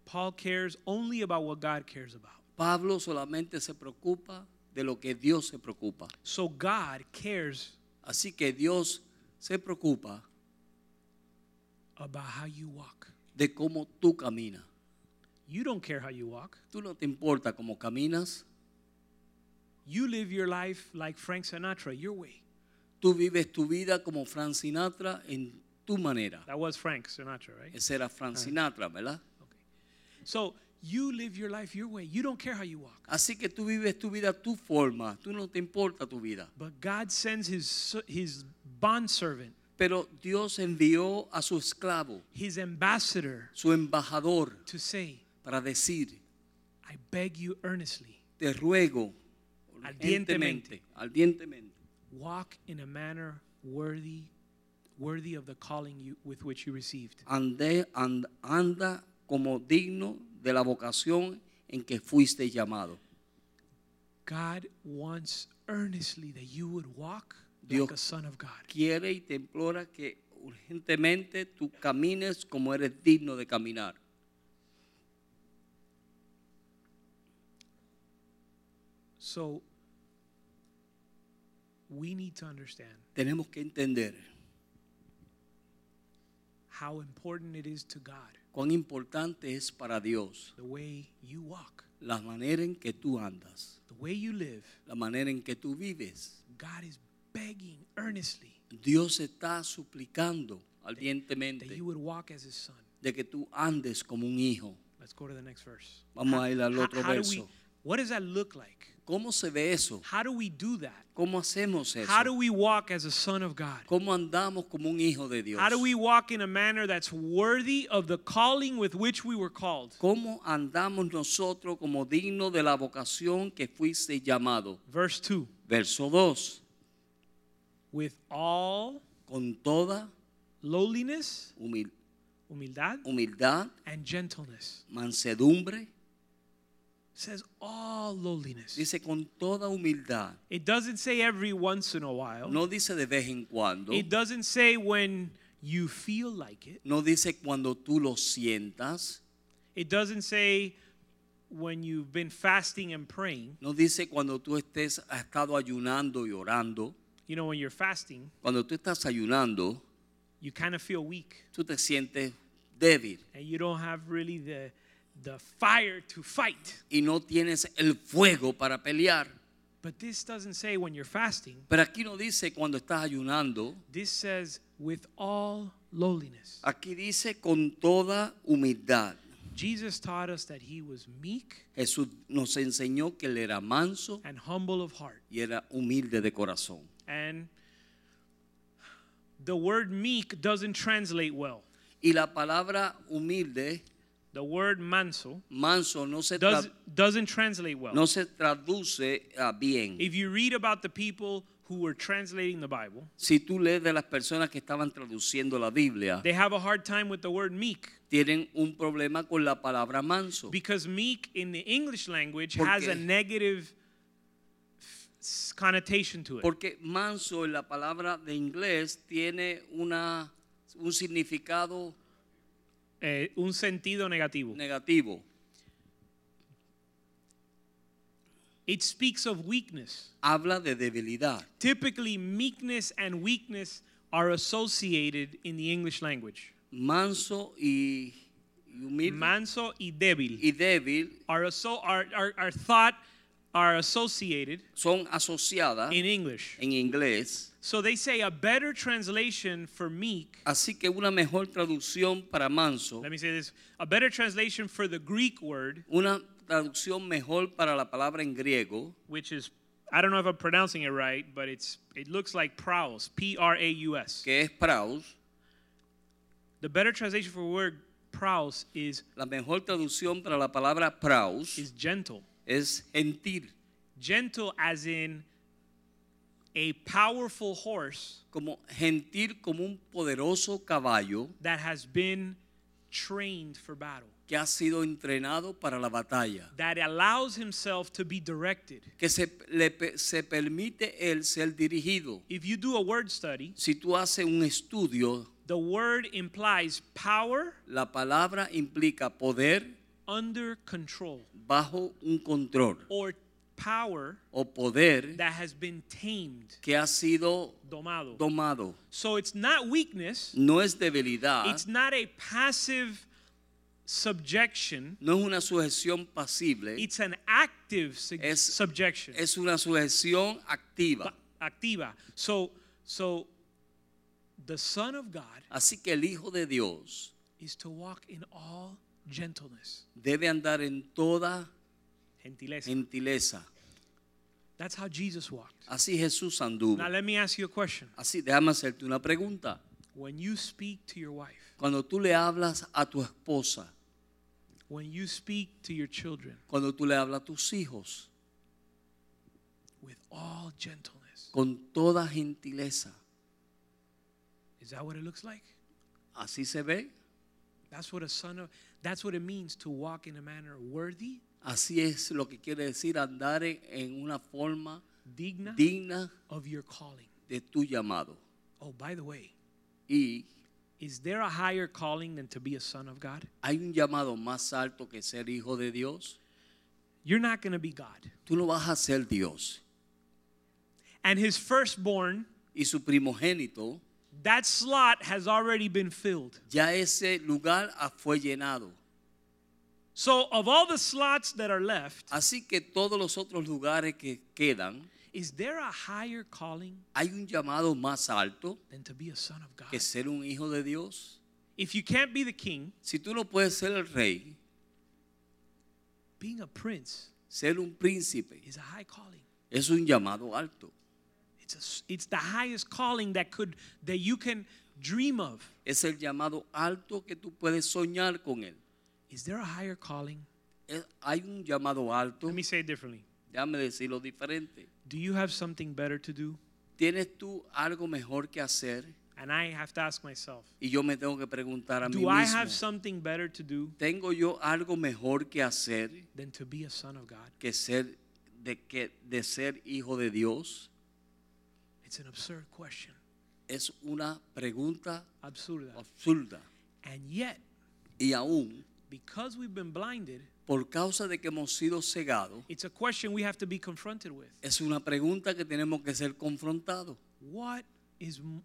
Speaker 3: Paul cares only about what God cares about.
Speaker 4: Pablo solamente se preocupa de lo que Dios se preocupa.
Speaker 3: So God cares
Speaker 4: Así que Dios se preocupa
Speaker 3: about how you walk.
Speaker 4: de cómo tú caminas.
Speaker 3: You don't care how you walk.
Speaker 4: Tú no te importa cómo caminas,
Speaker 3: You live your life like Frank Sinatra, your way.
Speaker 4: tú vives tu vida como Frank Sinatra en tu manera.
Speaker 3: That was Frank Sinatra, right?
Speaker 4: Ese era Frank Sinatra, ¿verdad?
Speaker 3: Okay. So you live your life your way. You don't care how you walk.
Speaker 4: Así que tú vives tu vida a tu forma, tú no te importa tu vida.
Speaker 3: But God sends his his bondservant,
Speaker 4: Pero Dios envió a su esclavo,
Speaker 3: his ambassador
Speaker 4: su embajador,
Speaker 3: to say,
Speaker 4: para decir,
Speaker 3: I beg you earnestly,
Speaker 4: te ruego
Speaker 3: Ardientemente.
Speaker 4: ardientemente, ardientemente,
Speaker 3: walk in a manner worthy worthy of the calling you with which you received.
Speaker 4: ande- and- anda como digno de la vocación en que fuiste llamado.
Speaker 3: God wants earnestly that you would walk
Speaker 4: Dios-
Speaker 3: like a son of God.
Speaker 4: Quiere y te implora que urgentemente tú camines como eres digno de caminar.
Speaker 3: So we need to understand
Speaker 4: Tenemos que entender
Speaker 3: how important it is to God
Speaker 4: cuán importante es para Dios
Speaker 3: the way you walk,
Speaker 4: la manera en que tú andas,
Speaker 3: the way you live.
Speaker 4: la manera en que tú vives.
Speaker 3: God is begging earnestly
Speaker 4: Dios está suplicando
Speaker 3: that
Speaker 4: ardientemente
Speaker 3: you would walk as his son.
Speaker 4: de que tú andes como un hijo.
Speaker 3: Let's go to the next verse.
Speaker 4: Vamos a ir al
Speaker 3: How-
Speaker 4: otro
Speaker 3: how do we-
Speaker 4: verso.
Speaker 3: what does that look like?
Speaker 4: ¿Cómo se ve eso?
Speaker 3: How do we do that?
Speaker 4: ¿Cómo hacemos eso?
Speaker 3: How do we walk as a son of God?
Speaker 4: ¿Cómo andamos como un hijo de Dios?
Speaker 3: How do we walk in a manner that's worthy of the calling with which we were called?
Speaker 4: ¿Cómo andamos nosotros como dignos de la vocación que fuiste llamado?
Speaker 3: Verse 2
Speaker 4: Verso 2.
Speaker 3: With all
Speaker 4: Con toda
Speaker 3: lowliness,
Speaker 4: humil-
Speaker 3: humildad,
Speaker 4: humildad,
Speaker 3: and gentleness.
Speaker 4: mansedumbre.
Speaker 3: It says all lowliness.
Speaker 4: Dice con toda humildad.
Speaker 3: It doesn't say every once in a while.
Speaker 4: No dice de vez en cuando.
Speaker 3: It doesn't say when you feel like it.
Speaker 4: No dice cuando tú lo sientas.
Speaker 3: It doesn't say when you've been fasting and praying.
Speaker 4: No dice cuando tú estés has estado ayunando y orando.
Speaker 3: You know, when you're fasting,
Speaker 4: Cuando tú estás ayunando,
Speaker 3: you kind of feel weak
Speaker 4: tú te sientes débil
Speaker 3: and you don't have really the the fire to fight.
Speaker 4: y no tienes el fuego para pelear.
Speaker 3: But this doesn't say when you're fasting.
Speaker 4: Pero aquí no dice cuando estás ayunando.
Speaker 3: This says with all lowliness.
Speaker 4: Aquí dice con toda humildad.
Speaker 3: Jesus taught us that he was meek
Speaker 4: Jesús nos enseñó que él era manso
Speaker 3: and humble of heart.
Speaker 4: y era humilde de corazón.
Speaker 3: And the word meek doesn't translate well.
Speaker 4: Y la palabra humilde,
Speaker 3: The word manso
Speaker 4: manso, no se, tra-
Speaker 3: does, doesn't translate
Speaker 4: no
Speaker 3: well.
Speaker 4: se traduce a bien.
Speaker 3: If you read about the people who were translating the Bible,
Speaker 4: Si tú lees de las personas que estaban traduciendo la Biblia,
Speaker 3: they have a hard time with the word meek
Speaker 4: tienen un problema con la palabra manso.
Speaker 3: because meek in the English language
Speaker 4: Porque-
Speaker 3: has a negative f- s- connotation to it.
Speaker 4: Porque manso en la palabra de inglés tiene una, un significado
Speaker 3: Eh, un sentido negativo.
Speaker 4: negativo.
Speaker 3: It speaks of weakness.
Speaker 4: Habla de debilidad.
Speaker 3: Typically, meekness and weakness are associated in the English language.
Speaker 4: Manso y, y humilde
Speaker 3: Manso y débil.
Speaker 4: y débil
Speaker 3: are, asso- are, are, are thought are associated
Speaker 4: son asociadas
Speaker 3: in English.
Speaker 4: en inglés.
Speaker 3: So they say a better translation for meek,
Speaker 4: Así que una mejor traducción para manso,
Speaker 3: let me say this, a better translation for the Greek word,
Speaker 4: una traducción mejor para la palabra en griego,
Speaker 3: which is, I don't know if I'm pronouncing it right, but it's it looks like praus, P R A U S.
Speaker 4: que es praus,
Speaker 3: The better translation for the word praus is,
Speaker 4: la mejor traducción para la palabra praus
Speaker 3: is gentle.
Speaker 4: es gentil,
Speaker 3: Gentle as in a powerful horse
Speaker 4: como gentil como un poderoso caballo
Speaker 3: that has been trained for battle.
Speaker 4: que ha sido entrenado para la batalla,
Speaker 3: that allows himself to be directed.
Speaker 4: que se, le pe- se permite él ser dirigido.
Speaker 3: If you do a word study,
Speaker 4: Si tú haces un estudio,
Speaker 3: the word implies power,
Speaker 4: la palabra implica poder,
Speaker 3: under control
Speaker 4: bajo un control
Speaker 3: or power
Speaker 4: o poder
Speaker 3: that has been tamed,
Speaker 4: que ha sido
Speaker 3: domado.
Speaker 4: tomado.
Speaker 3: So it's not weakness,
Speaker 4: No es debilidad,
Speaker 3: it's not a passive subjection,
Speaker 4: no es una sujeción pasible,
Speaker 3: it's an active sug-
Speaker 4: Es-
Speaker 3: subjection.
Speaker 4: es una sujeción activa.
Speaker 3: activa. So so the son of God
Speaker 4: Así que el Hijo de Dios
Speaker 3: is to walk in all gentleness.
Speaker 4: debe andar en toda
Speaker 3: Gentileza.
Speaker 4: gentileza.
Speaker 3: That's how Jesus walked.
Speaker 4: Así Jesús anduvo.
Speaker 3: Now let me ask you a question.
Speaker 4: Así, déjame hacerte una pregunta.
Speaker 3: When you speak to your wife,
Speaker 4: Cuando tú le hablas a tu esposa,
Speaker 3: when you speak to your children
Speaker 4: cuando tú le hablas a tus hijos,
Speaker 3: with all gentleness,
Speaker 4: con toda gentileza,
Speaker 3: is that what it looks like?
Speaker 4: así se ve,
Speaker 3: That's what a son of that's what it means to walk in a manner worthy,
Speaker 4: así es lo que quiere decir andar en- en una forma
Speaker 3: digna
Speaker 4: digna
Speaker 3: of your calling.
Speaker 4: de tu llamado.
Speaker 3: Oh, by the way,
Speaker 4: Y
Speaker 3: is there a higher calling than to be a son of God?
Speaker 4: hay un llamado más alto que ser hijo de Dios.
Speaker 3: You're not going to be God.
Speaker 4: Tú no vas a ser Dios.
Speaker 3: And his firstborn
Speaker 4: Y su primogénito,
Speaker 3: That slot has already been filled.
Speaker 4: ya ese lugar ah, fue llenado.
Speaker 3: So, of all the slots that are left,
Speaker 4: Así que todos los otros lugares que quedan,
Speaker 3: is there a higher calling
Speaker 4: hay un llamado más alto
Speaker 3: than to be a son of
Speaker 4: que
Speaker 3: God?
Speaker 4: ser un hijo de Dios.
Speaker 3: If you can't be the king,
Speaker 4: Si tú no puedes ser el rey,
Speaker 3: being a prince
Speaker 4: ser un príncipe
Speaker 3: is a high calling.
Speaker 4: es un llamado alto.
Speaker 3: It's, a s it's the highest calling that could that you can dream of.
Speaker 4: Es el llamado alto que tú puedes soñar con él.
Speaker 3: Is there a higher calling?
Speaker 4: Es- hay un llamado alto.
Speaker 3: Let me say it differently.
Speaker 4: Déjame decirlo diferente.
Speaker 3: Do you have something better to do?
Speaker 4: ¿Tienes tú algo mejor que hacer?
Speaker 3: And I have to ask myself,
Speaker 4: Y yo me tengo que preguntar a mí
Speaker 3: do I have
Speaker 4: mismo.
Speaker 3: something better to do
Speaker 4: ¿Tengo yo algo mejor que hacer
Speaker 3: than to be a son of God?
Speaker 4: que ser de que de ser hijo de Dios?
Speaker 3: It's an absurd question.
Speaker 4: Es una pregunta
Speaker 3: Absurda.
Speaker 4: absurda.
Speaker 3: And yet,
Speaker 4: Y aún
Speaker 3: because we've been blinded,
Speaker 4: por causa de que hemos sido cegados,
Speaker 3: it's a question we have to be confronted with.
Speaker 4: es una pregunta que tenemos que ser confrontados.
Speaker 3: What is m-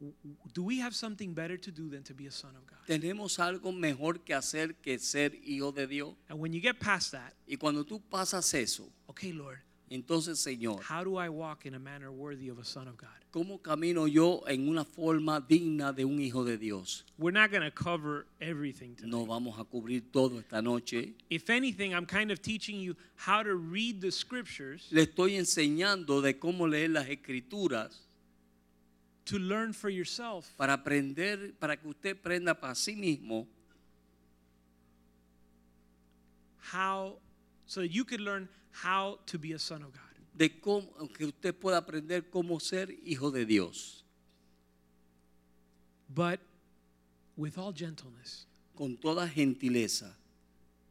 Speaker 3: w- w- do we have something better to do than to be a son of God?
Speaker 4: Tenemos algo mejor que hacer que ser hijo de Dios.
Speaker 3: And when you get past that,
Speaker 4: Y cuando tú pasas eso,
Speaker 3: okay, Lord,
Speaker 4: entonces Señor,
Speaker 3: how do I walk in a manner worthy of a son of God?
Speaker 4: ¿cómo camino yo en una forma digna de un hijo de Dios?
Speaker 3: We're not going to cover everything tonight.
Speaker 4: No vamos a cubrir todo esta noche.
Speaker 3: If anything, I'm kind of teaching you how to read the scriptures
Speaker 4: Le estoy enseñando de cómo leer las escrituras
Speaker 3: to learn for yourself
Speaker 4: para aprender, para que usted aprenda para sí mismo,
Speaker 3: how so that you could learn how to be a son of God.
Speaker 4: de cómo que usted pueda aprender cómo ser hijo de Dios.
Speaker 3: But with all gentleness,
Speaker 4: con toda gentileza.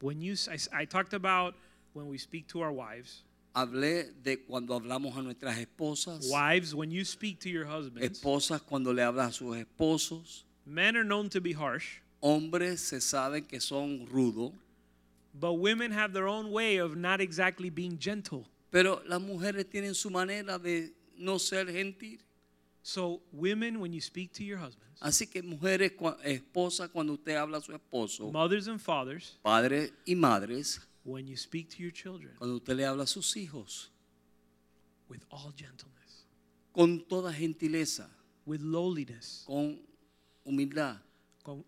Speaker 3: when you s- I s- I, talked about when we speak to our wives
Speaker 4: Hablé de cuando hablamos a nuestras esposas,
Speaker 3: wives when you speak to your husbands
Speaker 4: esposas cuando le hablas a sus esposos,
Speaker 3: men are known to be harsh
Speaker 4: hombres se saben que son rudos,
Speaker 3: but women have their own way of not exactly being gentle
Speaker 4: pero las mujeres tienen su manera de no ser gentil.
Speaker 3: so women when you speak to your husbands
Speaker 4: Así que mujeres, cua- esposas, cuando usted habla a su esposo,
Speaker 3: mothers and fathers
Speaker 4: padres y madres,
Speaker 3: when you speak to your children
Speaker 4: cuando usted le habla a sus hijos,
Speaker 3: with all gentleness
Speaker 4: con toda gentileza,
Speaker 3: with lowliness
Speaker 4: con humildad
Speaker 3: Con-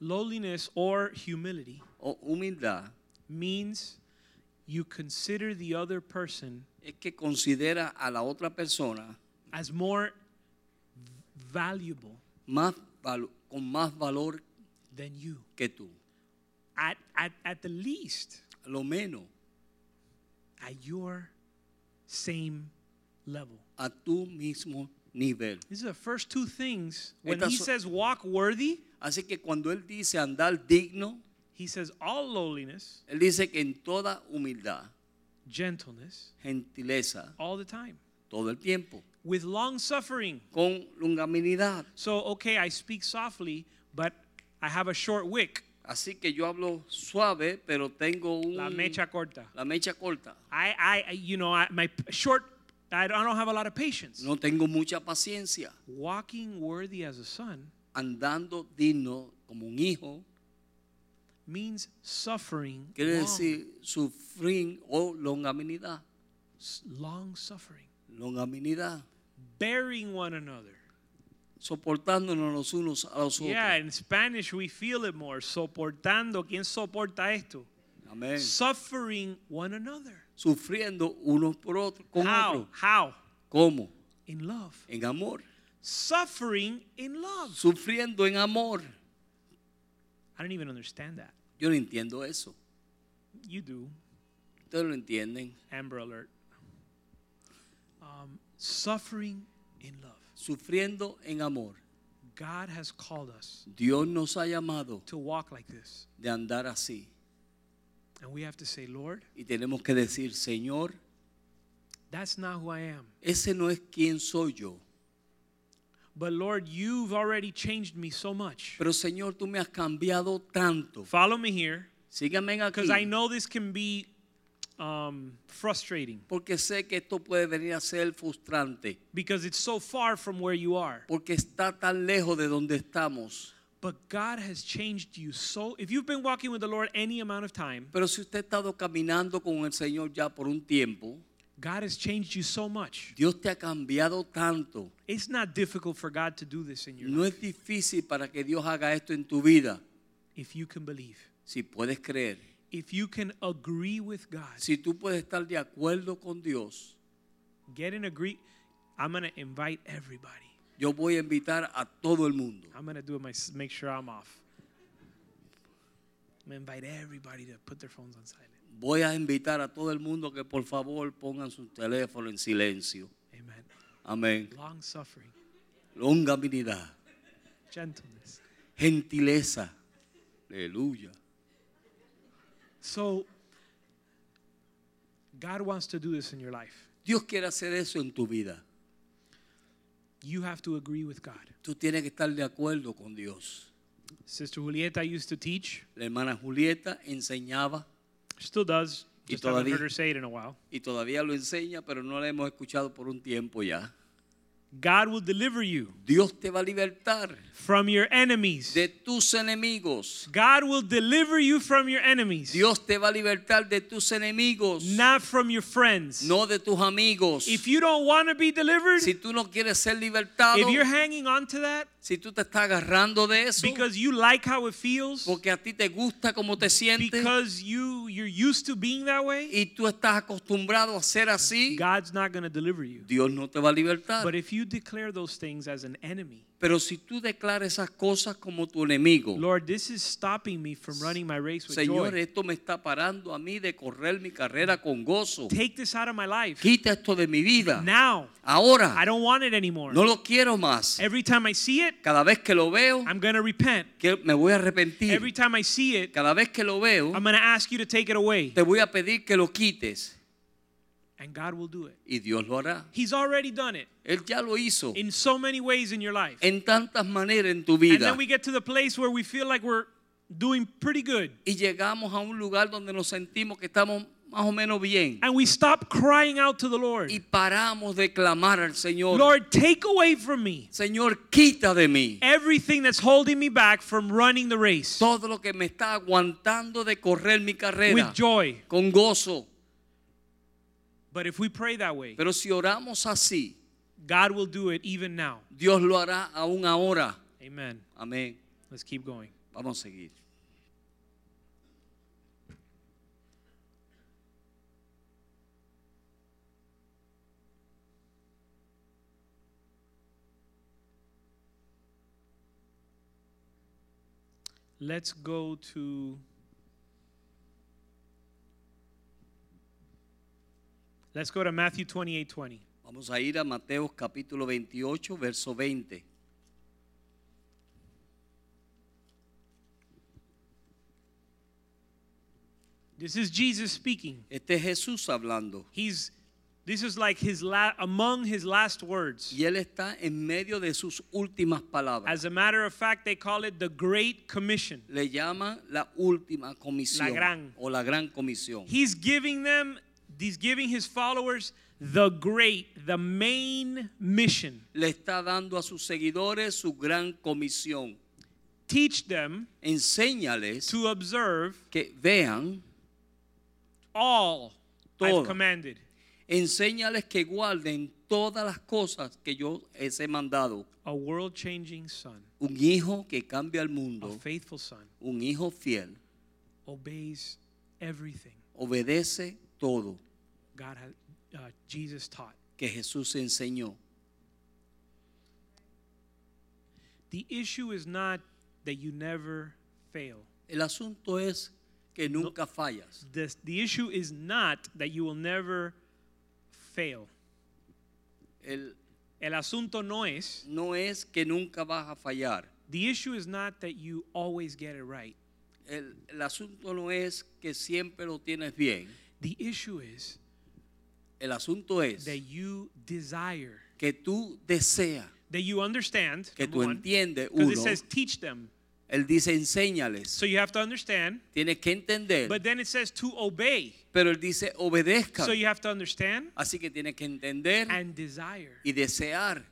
Speaker 3: lowliness or humility
Speaker 4: o humildad,
Speaker 3: means you consider the other person
Speaker 4: es que considera a la otra persona
Speaker 3: as more v- valuable
Speaker 4: más valo- con más valor
Speaker 3: than you.
Speaker 4: que tú.
Speaker 3: At, at, at the least,
Speaker 4: A lo menos
Speaker 3: at your same level.
Speaker 4: a tu mismo nivel.
Speaker 3: These are the first two things. When
Speaker 4: Estas
Speaker 3: he
Speaker 4: son-
Speaker 3: says walk worthy,
Speaker 4: Así que cuando Él dice andar digno,
Speaker 3: he says all lowliness,
Speaker 4: Él dice que en toda humildad,
Speaker 3: gentleness,
Speaker 4: gentileza,
Speaker 3: all the time,
Speaker 4: todo el tiempo,
Speaker 3: with long suffering.
Speaker 4: con longanimidad.
Speaker 3: So, okay, I speak softly, but I have a short wick.
Speaker 4: Así que yo hablo suave, pero tengo un,
Speaker 3: La mecha corta.
Speaker 4: la mecha corta.
Speaker 3: I, I- I you know, I, my short, I don't I don't have a lot of patience.
Speaker 4: No tengo mucha paciencia.
Speaker 3: Walking worthy as a son
Speaker 4: Andando digno como un hijo,
Speaker 3: means suffering,
Speaker 4: quiere
Speaker 3: long,
Speaker 4: decir sufrir oh, o longaminidad.
Speaker 3: s- long suffering,
Speaker 4: Longaminidad.
Speaker 3: bearing one another.
Speaker 4: Soportándonos los unos a los otros.
Speaker 3: Yeah, in Spanish we feel it more. Soportando, ¿quién soporta esto?
Speaker 4: Amén.
Speaker 3: Suffering one another.
Speaker 4: Sufriendo unos por otros. Con
Speaker 3: How?
Speaker 4: otros.
Speaker 3: How?
Speaker 4: ¿Cómo?
Speaker 3: In love.
Speaker 4: En amor.
Speaker 3: Suffering in love.
Speaker 4: Sufriendo en amor.
Speaker 3: I don't even understand that.
Speaker 4: Yo no entiendo eso.
Speaker 3: You do.
Speaker 4: Ustedes lo entienden.
Speaker 3: Amber alert. Um, suffering in love.
Speaker 4: Sufriendo en amor.
Speaker 3: God has called us
Speaker 4: Dios nos ha llamado
Speaker 3: to walk like this.
Speaker 4: de andar así.
Speaker 3: And we have to say, Lord,
Speaker 4: Y tenemos que decir, Señor,
Speaker 3: that's not who I am.
Speaker 4: ese no es quien soy yo.
Speaker 3: But Lord, you've already changed me so much.
Speaker 4: Pero Señor, tú me has cambiado tanto.
Speaker 3: Follow me here
Speaker 4: Síganme aquí.
Speaker 3: because I know this can be um, frustrating
Speaker 4: Porque sé que esto puede venir a ser frustrante.
Speaker 3: because it's so far from where you are.
Speaker 4: Porque está tan lejos de donde estamos.
Speaker 3: But God has changed you so. If you've been walking with the Lord any amount of time,
Speaker 4: Pero si usted ha estado caminando con el Señor ya por un tiempo,
Speaker 3: God has changed you so much.
Speaker 4: Dios te ha cambiado tanto.
Speaker 3: It's not difficult for God to do this in your
Speaker 4: No
Speaker 3: life
Speaker 4: es difícil para que Dios haga esto en tu vida.
Speaker 3: if you can believe,
Speaker 4: Si puedes creer.
Speaker 3: if you can agree with God.
Speaker 4: Si tú puedes estar de acuerdo con Dios,
Speaker 3: Get in agree. I'm gonna invite everybody.
Speaker 4: yo voy a invitar a todo el mundo.
Speaker 3: I'm gonna do it. My make sure I'm off. I'm gonna invite everybody to put their phones on silent.
Speaker 4: Voy a invitar a todo el mundo que por favor pongan su teléfono en silencio.
Speaker 3: Amen.
Speaker 4: Amén.
Speaker 3: Long suffering,
Speaker 4: Longaminidad,
Speaker 3: gentleness.
Speaker 4: gentileza. Aleluya.
Speaker 3: So God wants to do this in your life.
Speaker 4: Dios quiere hacer eso en tu vida.
Speaker 3: You have to agree with God.
Speaker 4: Tú tienes que estar de acuerdo con Dios.
Speaker 3: Sister Julieta used to teach,
Speaker 4: La hermana Julieta enseñaba
Speaker 3: still does.
Speaker 4: Y
Speaker 3: Just haven't
Speaker 4: todavía-
Speaker 3: heard her say it in a while.
Speaker 4: y todavía lo enseña, pero no la hemos escuchado por un tiempo ya.
Speaker 3: God will deliver you
Speaker 4: Dios te va a libertar
Speaker 3: from your enemies.
Speaker 4: de tus enemigos.
Speaker 3: God will deliver you from your enemies.
Speaker 4: Dios te va a libertar de tus enemigos,
Speaker 3: not from your friends.
Speaker 4: no de tus amigos.
Speaker 3: If you don't want to be delivered,
Speaker 4: Si tú no quieres ser libertado,
Speaker 3: if you're hanging on to that
Speaker 4: si tú te estás agarrando de eso,
Speaker 3: because you like how it feels,
Speaker 4: porque a ti te gusta cómo te sientes
Speaker 3: because you you're used to being that way,
Speaker 4: y tú estás acostumbrado a ser así,
Speaker 3: God's not going to deliver you.
Speaker 4: Dios no te va a libertar.
Speaker 3: But if you declare those things as an enemy,
Speaker 4: Pero si tú declaras esas cosas como tu enemigo,
Speaker 3: Lord, this is stopping me from running my race with
Speaker 4: Señor,
Speaker 3: joy.
Speaker 4: esto me está parando a mí de correr mi carrera con gozo.
Speaker 3: Take this out of my life
Speaker 4: Quita esto de mi vida.
Speaker 3: now. I
Speaker 4: Ahora
Speaker 3: don't want it anymore.
Speaker 4: no lo quiero más.
Speaker 3: Every time I see it,
Speaker 4: Cada vez que lo veo,
Speaker 3: I'm going to repent.
Speaker 4: que me voy a
Speaker 3: Every
Speaker 4: arrepentir.
Speaker 3: time I see it,
Speaker 4: Cada vez que lo veo,
Speaker 3: I'm going to ask you to take it away,
Speaker 4: te voy a pedir que lo quites.
Speaker 3: and God will do it.
Speaker 4: Y Dios lo hará.
Speaker 3: He's already done it.
Speaker 4: Él ya lo hizo
Speaker 3: in so many ways in your life.
Speaker 4: Oh. en tantas maneras en tu
Speaker 3: and
Speaker 4: vida.
Speaker 3: then we get to the place where we feel like we're doing pretty good.
Speaker 4: Y llegamos a un lugar donde nos sentimos que estamos más o menos bien.
Speaker 3: And we stop crying out to the Lord.
Speaker 4: Y paramos de clamar al Señor.
Speaker 3: Lord, take away from me
Speaker 4: Señor, quita de mí
Speaker 3: everything that's holding me back from running the race
Speaker 4: todo lo que me está aguantando de correr mi carrera
Speaker 3: with joy.
Speaker 4: con gozo.
Speaker 3: But if we pray that way,
Speaker 4: Pero si oramos así,
Speaker 3: God will do it even now.
Speaker 4: Dios lo hará aún ahora.
Speaker 3: Amen.
Speaker 4: Amén.
Speaker 3: Let's keep going.
Speaker 4: Vamos a seguir.
Speaker 3: Let's go to. Let's go to Matthew 28 20.
Speaker 4: Vamos a ir a Mateo capítulo 28, verso 20.
Speaker 3: This is Jesus speaking.
Speaker 4: Este es Jesús hablando.
Speaker 3: He's This is like his la- among his last words.
Speaker 4: Y él está en medio de sus últimas palabras.
Speaker 3: As a matter of fact, they call it the Great Commission.
Speaker 4: Le llama la última comisión
Speaker 3: La gran.
Speaker 4: o la gran comisión.
Speaker 3: He's giving them, he's giving his followers the great, the main mission.
Speaker 4: Le está dando a sus seguidores su gran comisión.
Speaker 3: Teach them
Speaker 4: Enséñales
Speaker 3: to observe
Speaker 4: que vean,
Speaker 3: all
Speaker 4: Todo.
Speaker 3: I've commanded.
Speaker 4: enséñales que guarden todas las cosas que yo les he mandado.
Speaker 3: A world changing son,
Speaker 4: Un hijo que cambia el
Speaker 3: a
Speaker 4: mundo,
Speaker 3: faithful son,
Speaker 4: un hijo fiel,
Speaker 3: obeys everything
Speaker 4: obedece todo
Speaker 3: God has, uh, Jesus taught.
Speaker 4: que Jesús enseñó.
Speaker 3: The issue is not that you never fail.
Speaker 4: El asunto es que nunca fallas.
Speaker 3: This, the issue is not that you will never fail.
Speaker 4: El,
Speaker 3: El asunto no es.
Speaker 4: no es que nunca vas a fallar.
Speaker 3: The issue is not that you always get it right.
Speaker 4: El, el asunto no es que siempre lo tienes bien.
Speaker 3: The issue is
Speaker 4: El asunto es
Speaker 3: that you desire,
Speaker 4: que tú deseas,
Speaker 3: that you understand.
Speaker 4: que
Speaker 3: number
Speaker 4: tú
Speaker 3: one,
Speaker 4: entiendes.
Speaker 3: 'cause
Speaker 4: Uno,
Speaker 3: it says teach them.
Speaker 4: él dice enséñales.
Speaker 3: So you have to understand.
Speaker 4: Tienes que entender.
Speaker 3: But then it says to obey.
Speaker 4: pero él dice obedezca.
Speaker 3: So you have to understand
Speaker 4: Así que tienes que entender
Speaker 3: and desire
Speaker 4: y desear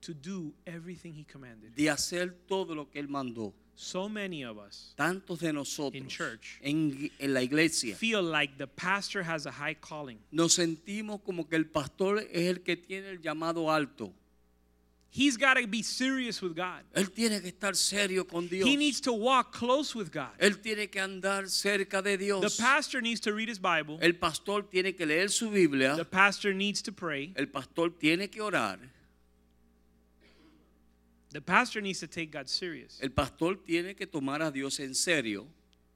Speaker 3: to do everything he commanded.
Speaker 4: de hacer todo lo que él mandó.
Speaker 3: So many of us
Speaker 4: Tantos de nosotros
Speaker 3: In church.
Speaker 4: en, en la iglesia
Speaker 3: feel like the pastor has a high calling.
Speaker 4: nos sentimos como que el pastor es el que tiene el llamado alto.
Speaker 3: He's got to be serious with God.
Speaker 4: Él tiene que estar serio con Dios.
Speaker 3: He needs to walk close with God.
Speaker 4: Él tiene que andar cerca de
Speaker 3: The
Speaker 4: Dios.
Speaker 3: pastor needs to read his Bible.
Speaker 4: El pastor tiene que leer su Biblia.
Speaker 3: The pastor needs to pray.
Speaker 4: El pastor tiene que orar.
Speaker 3: The pastor needs to take God serious.
Speaker 4: El pastor tiene que tomar a Dios en serio.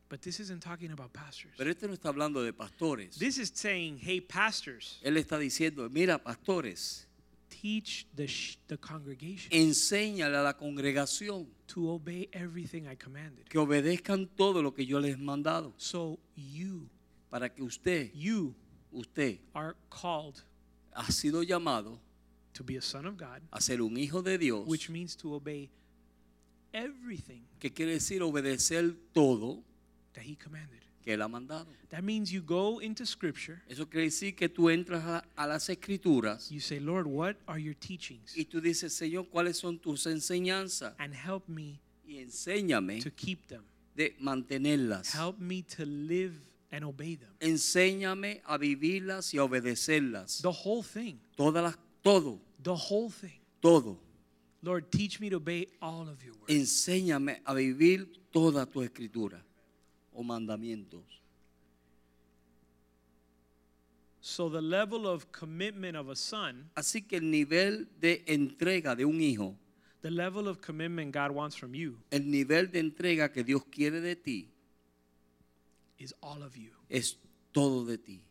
Speaker 3: But this isn't talking about pastors.
Speaker 4: Pero este no está hablando de pastores.
Speaker 3: This is saying, hey, pastors,
Speaker 4: Él está diciendo, mira pastores,
Speaker 3: teach the, sh- the congregation
Speaker 4: enséñale a la congregación
Speaker 3: to obey everything I commanded.
Speaker 4: que obedezcan todo lo que yo les he mandado
Speaker 3: So you,
Speaker 4: para que usted,
Speaker 3: you
Speaker 4: usted
Speaker 3: are called
Speaker 4: ha sido llamado
Speaker 3: to be a son of God,
Speaker 4: a ser un hijo de Dios,
Speaker 3: which means to obey everything
Speaker 4: que quiere decir obedecer todo
Speaker 3: that he commanded.
Speaker 4: que él ha mandado.
Speaker 3: That means you go into scripture,
Speaker 4: Eso quiere decir que tú entras a, a las escrituras
Speaker 3: you say, Lord, what are your teachings?
Speaker 4: y tú dices, Señor, ¿cuáles son tus enseñanzas?
Speaker 3: And help me
Speaker 4: Y enséñame
Speaker 3: to keep them.
Speaker 4: de mantenerlas.
Speaker 3: Help me to live and obey them.
Speaker 4: Enséñame a vivirlas y a obedecerlas.
Speaker 3: The whole thing.
Speaker 4: Todas las, todo,
Speaker 3: The whole thing.
Speaker 4: todo.
Speaker 3: Lord, teach me to obey all of your words.
Speaker 4: Enséñame a vivir toda tu escritura o mandamientos.
Speaker 3: So the level of commitment of a son,
Speaker 4: Así que el nivel de entrega de un hijo,
Speaker 3: the level of commitment God wants from you
Speaker 4: el nivel de entrega que Dios quiere de ti,
Speaker 3: is all of you.
Speaker 4: es todo de ti.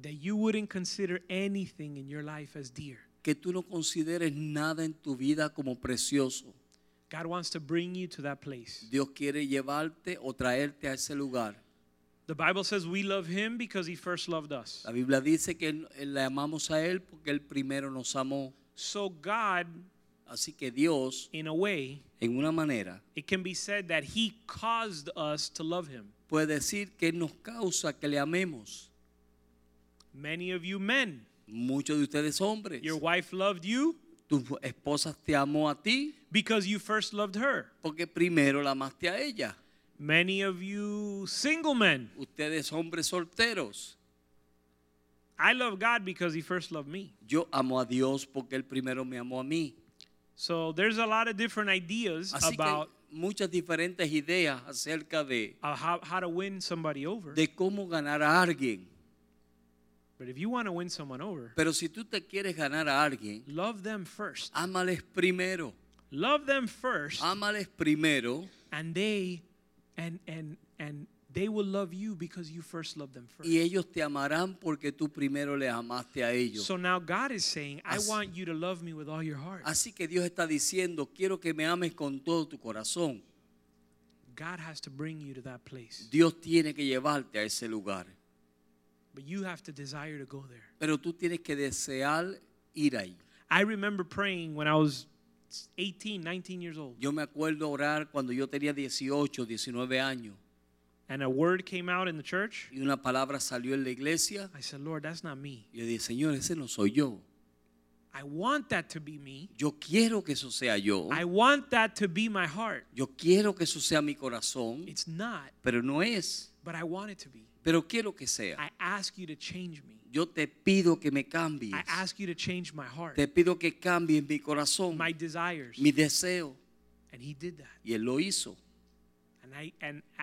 Speaker 3: That you wouldn't consider anything in your life as dear.
Speaker 4: Que tú no consideres nada en tu vida como precioso.
Speaker 3: God wants to bring you to that place.
Speaker 4: Dios quiere llevarte o traerte a ese lugar.
Speaker 3: The Bible says we love him because he first loved us.
Speaker 4: La Biblia dice que él- le amamos a Él porque Él primero nos amó.
Speaker 3: So God,
Speaker 4: Así que Dios,
Speaker 3: in a way,
Speaker 4: en una manera,
Speaker 3: it can be said that he caused us to love him.
Speaker 4: puede decir que nos causa que le amemos.
Speaker 3: Many of you men,
Speaker 4: Muchos de ustedes hombres,
Speaker 3: your wife loved you
Speaker 4: tu esposa te amó a ti
Speaker 3: because you first loved her.
Speaker 4: porque primero la amaste a ella.
Speaker 3: Many of you single men,
Speaker 4: Ustedes hombres solteros,
Speaker 3: I love God because he first loved me.
Speaker 4: yo amo a Dios porque él primero me amó a mí.
Speaker 3: So there's a lot of different ideas
Speaker 4: Así
Speaker 3: about
Speaker 4: que muchas diferentes ideas acerca de,
Speaker 3: uh, how, how to win somebody over.
Speaker 4: de cómo ganar a alguien.
Speaker 3: but if you want to win someone over,
Speaker 4: Pero si tú te quieres ganar a alguien,
Speaker 3: love them first.
Speaker 4: ámales primero.
Speaker 3: Love them first,
Speaker 4: Ámales primero
Speaker 3: and they and and and they will love you because you first loved them first.
Speaker 4: y ellos te amarán porque tú primero les amaste a ellos.
Speaker 3: So now God is saying, I
Speaker 4: Así-
Speaker 3: want you to love me with all your heart.
Speaker 4: Así que Dios está diciendo, quiero que me ames con todo tu corazón.
Speaker 3: God has to bring you to that place.
Speaker 4: Dios tiene que llevarte a ese lugar.
Speaker 3: But you have to desire to go there.
Speaker 4: Pero tú tienes que desear ir ahí.
Speaker 3: I remember praying when I was 18, 19 years old,
Speaker 4: Yo me acuerdo orar cuando yo tenía 18, 19 años
Speaker 3: and a word came out in the church.
Speaker 4: y una palabra salió en la iglesia.
Speaker 3: I said, Lord, that's not me.
Speaker 4: Y yo dije, Señor, ese no soy yo.
Speaker 3: I want that to be me.
Speaker 4: Yo quiero que eso sea yo.
Speaker 3: I want that to be my heart.
Speaker 4: Yo quiero que eso sea mi corazón,
Speaker 3: It's not,
Speaker 4: pero no es.
Speaker 3: but I want it to be.
Speaker 4: Pero quiero que sea.
Speaker 3: I ask you to change me.
Speaker 4: Yo te pido que me cambies.
Speaker 3: I ask you to change my heart,
Speaker 4: Te pido que cambies mi corazón,
Speaker 3: my desires.
Speaker 4: mi deseo.
Speaker 3: And he did that.
Speaker 4: Y Él lo hizo.
Speaker 3: And I and I,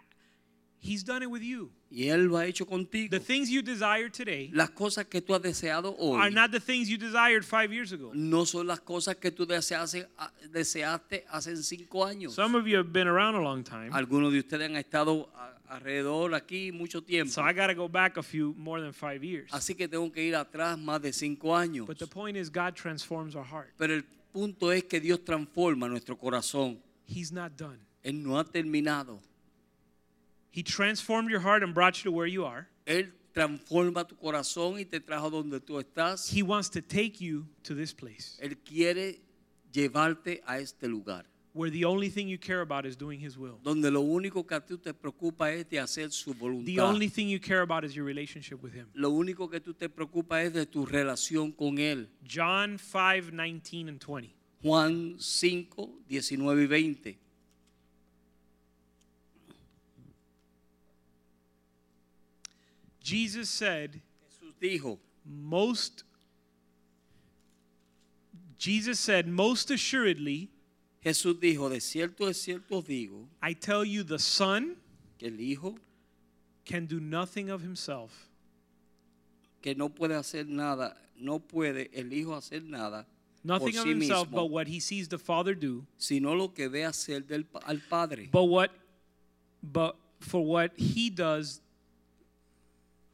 Speaker 3: he's done it with you.
Speaker 4: Y Él lo ha hecho contigo.
Speaker 3: The things you desire today
Speaker 4: Las cosas que tú has deseado
Speaker 3: are
Speaker 4: hoy
Speaker 3: not the things you desired 5 years ago.
Speaker 4: no son las cosas que tú desease- a- deseaste hace cinco años.
Speaker 3: Some of you have been around a long time.
Speaker 4: Algunos de ustedes han estado a- alrededor aquí mucho tiempo.
Speaker 3: So I got to go back a few more than 5 years.
Speaker 4: Así que tengo que ir atrás más de cinco años.
Speaker 3: But the point is God transforms our heart.
Speaker 4: Pero el punto es que Dios transforma nuestro corazón.
Speaker 3: He's not done.
Speaker 4: Él no ha terminado.
Speaker 3: He transformed your heart and brought you to where you are.
Speaker 4: Él transforma tu corazón y te trajo donde tú estás.
Speaker 3: He wants to take you to this place
Speaker 4: Él quiere llevarte a este lugar,
Speaker 3: where the only thing you care about is doing his will.
Speaker 4: donde lo único que a ti te preocupa es de hacer su
Speaker 3: The
Speaker 4: voluntad.
Speaker 3: only thing you care about is your relationship with him.
Speaker 4: Lo único que tú te preocupa es de tu relación con Él.
Speaker 3: John 5, 19 and 20.
Speaker 4: Juan 5, 19 y 20.
Speaker 3: Jesus said,
Speaker 4: Jesús dijo,
Speaker 3: most Jesus said, most assuredly,
Speaker 4: Jesús dijo, de cierto, de cierto os digo,
Speaker 3: I tell you the son
Speaker 4: que el Hijo,
Speaker 3: can do nothing of himself,
Speaker 4: que no puede hacer nada, no puede el Hijo hacer nada por
Speaker 3: nothing of
Speaker 4: sí
Speaker 3: himself but
Speaker 4: mismo,
Speaker 3: what he sees the father do,
Speaker 4: sino lo que ve hacer del, pa- al Padre.
Speaker 3: but what but for what he does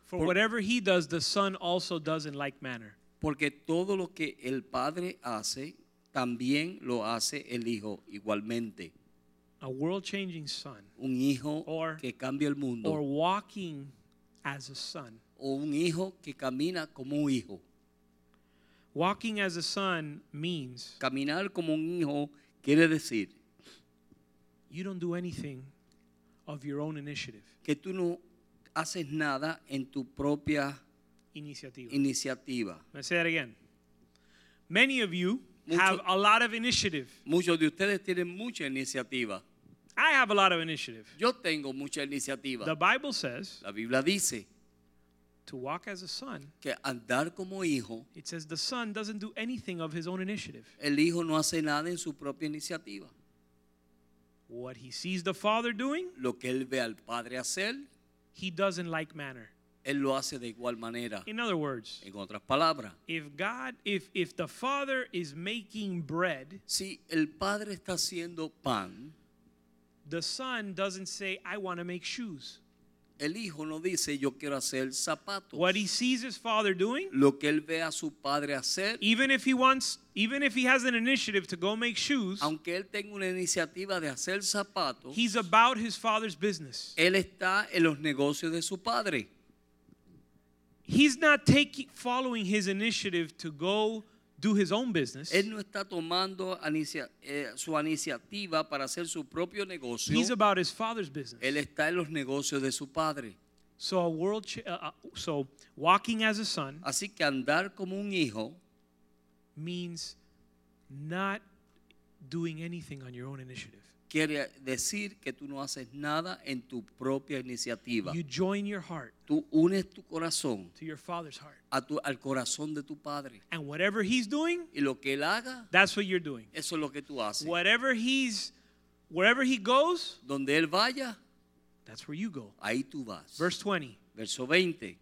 Speaker 3: for
Speaker 4: Por-
Speaker 3: whatever he does the son also does in like manner.
Speaker 4: Porque todo lo que el Padre hace, también lo hace el Hijo igualmente.
Speaker 3: A world-changing son
Speaker 4: Un hijo
Speaker 3: Or-
Speaker 4: que cambia el
Speaker 3: or
Speaker 4: mundo
Speaker 3: walking as a son.
Speaker 4: o un hijo que camina como un hijo.
Speaker 3: Walking as a son means
Speaker 4: Caminar como un hijo quiere decir
Speaker 3: you don't do anything of your own initiative.
Speaker 4: que tú no haces nada en tu propia
Speaker 3: Iniciativa.
Speaker 4: iniciativa.
Speaker 3: Let's say that again. Many of you
Speaker 4: Mucho-
Speaker 3: have a lot of initiative.
Speaker 4: Muchos de ustedes tienen mucha iniciativa.
Speaker 3: I have a lot of initiative.
Speaker 4: Yo tengo mucha
Speaker 3: The
Speaker 4: iniciativa.
Speaker 3: Bible says
Speaker 4: La Biblia dice
Speaker 3: to walk as a son.
Speaker 4: que andar como hijo,
Speaker 3: It says the son doesn't do anything of his own initiative.
Speaker 4: el hijo no hace nada en su propia iniciativa.
Speaker 3: What he sees the father doing,
Speaker 4: Lo que él ve al padre hacer,
Speaker 3: he does in like manner.
Speaker 4: él lo hace de igual manera.
Speaker 3: In other words,
Speaker 4: En otras palabras,
Speaker 3: if God, if if the father is making bread,
Speaker 4: si el padre está haciendo pan,
Speaker 3: the son doesn't say, "I want to make shoes."
Speaker 4: el hijo no dice yo quiero hacer zapatos.
Speaker 3: What he sees his father doing,
Speaker 4: Lo que él ve a su padre hacer,
Speaker 3: even if he wants, even if he has an initiative to go make shoes,
Speaker 4: aunque él tenga una iniciativa de hacer zapatos,
Speaker 3: He's about his father's business.
Speaker 4: él está en los negocios de su padre.
Speaker 3: He's not taking following his initiative to go do his own business.
Speaker 4: Él no está tomando anicia- eh, su iniciativa para hacer su propio negocio.
Speaker 3: He's about his father's business.
Speaker 4: Él está en los negocios de su padre.
Speaker 3: So a world cha- uh, uh, so walking as a son
Speaker 4: Así que andar como un hijo
Speaker 3: means not doing anything on your own initiative.
Speaker 4: quiere decir que tú no haces nada en tu propia iniciativa.
Speaker 3: You join your heart
Speaker 4: Tú unes tu corazón
Speaker 3: to your father's heart.
Speaker 4: a tu- al corazón de tu padre.
Speaker 3: And whatever he's doing,
Speaker 4: Y lo que él haga,
Speaker 3: that's what you're doing.
Speaker 4: eso es lo que tú haces.
Speaker 3: Whatever he's wherever he goes,
Speaker 4: Donde él vaya,
Speaker 3: that's where you go.
Speaker 4: ahí tú vas.
Speaker 3: Verse 20.
Speaker 4: Verso 20.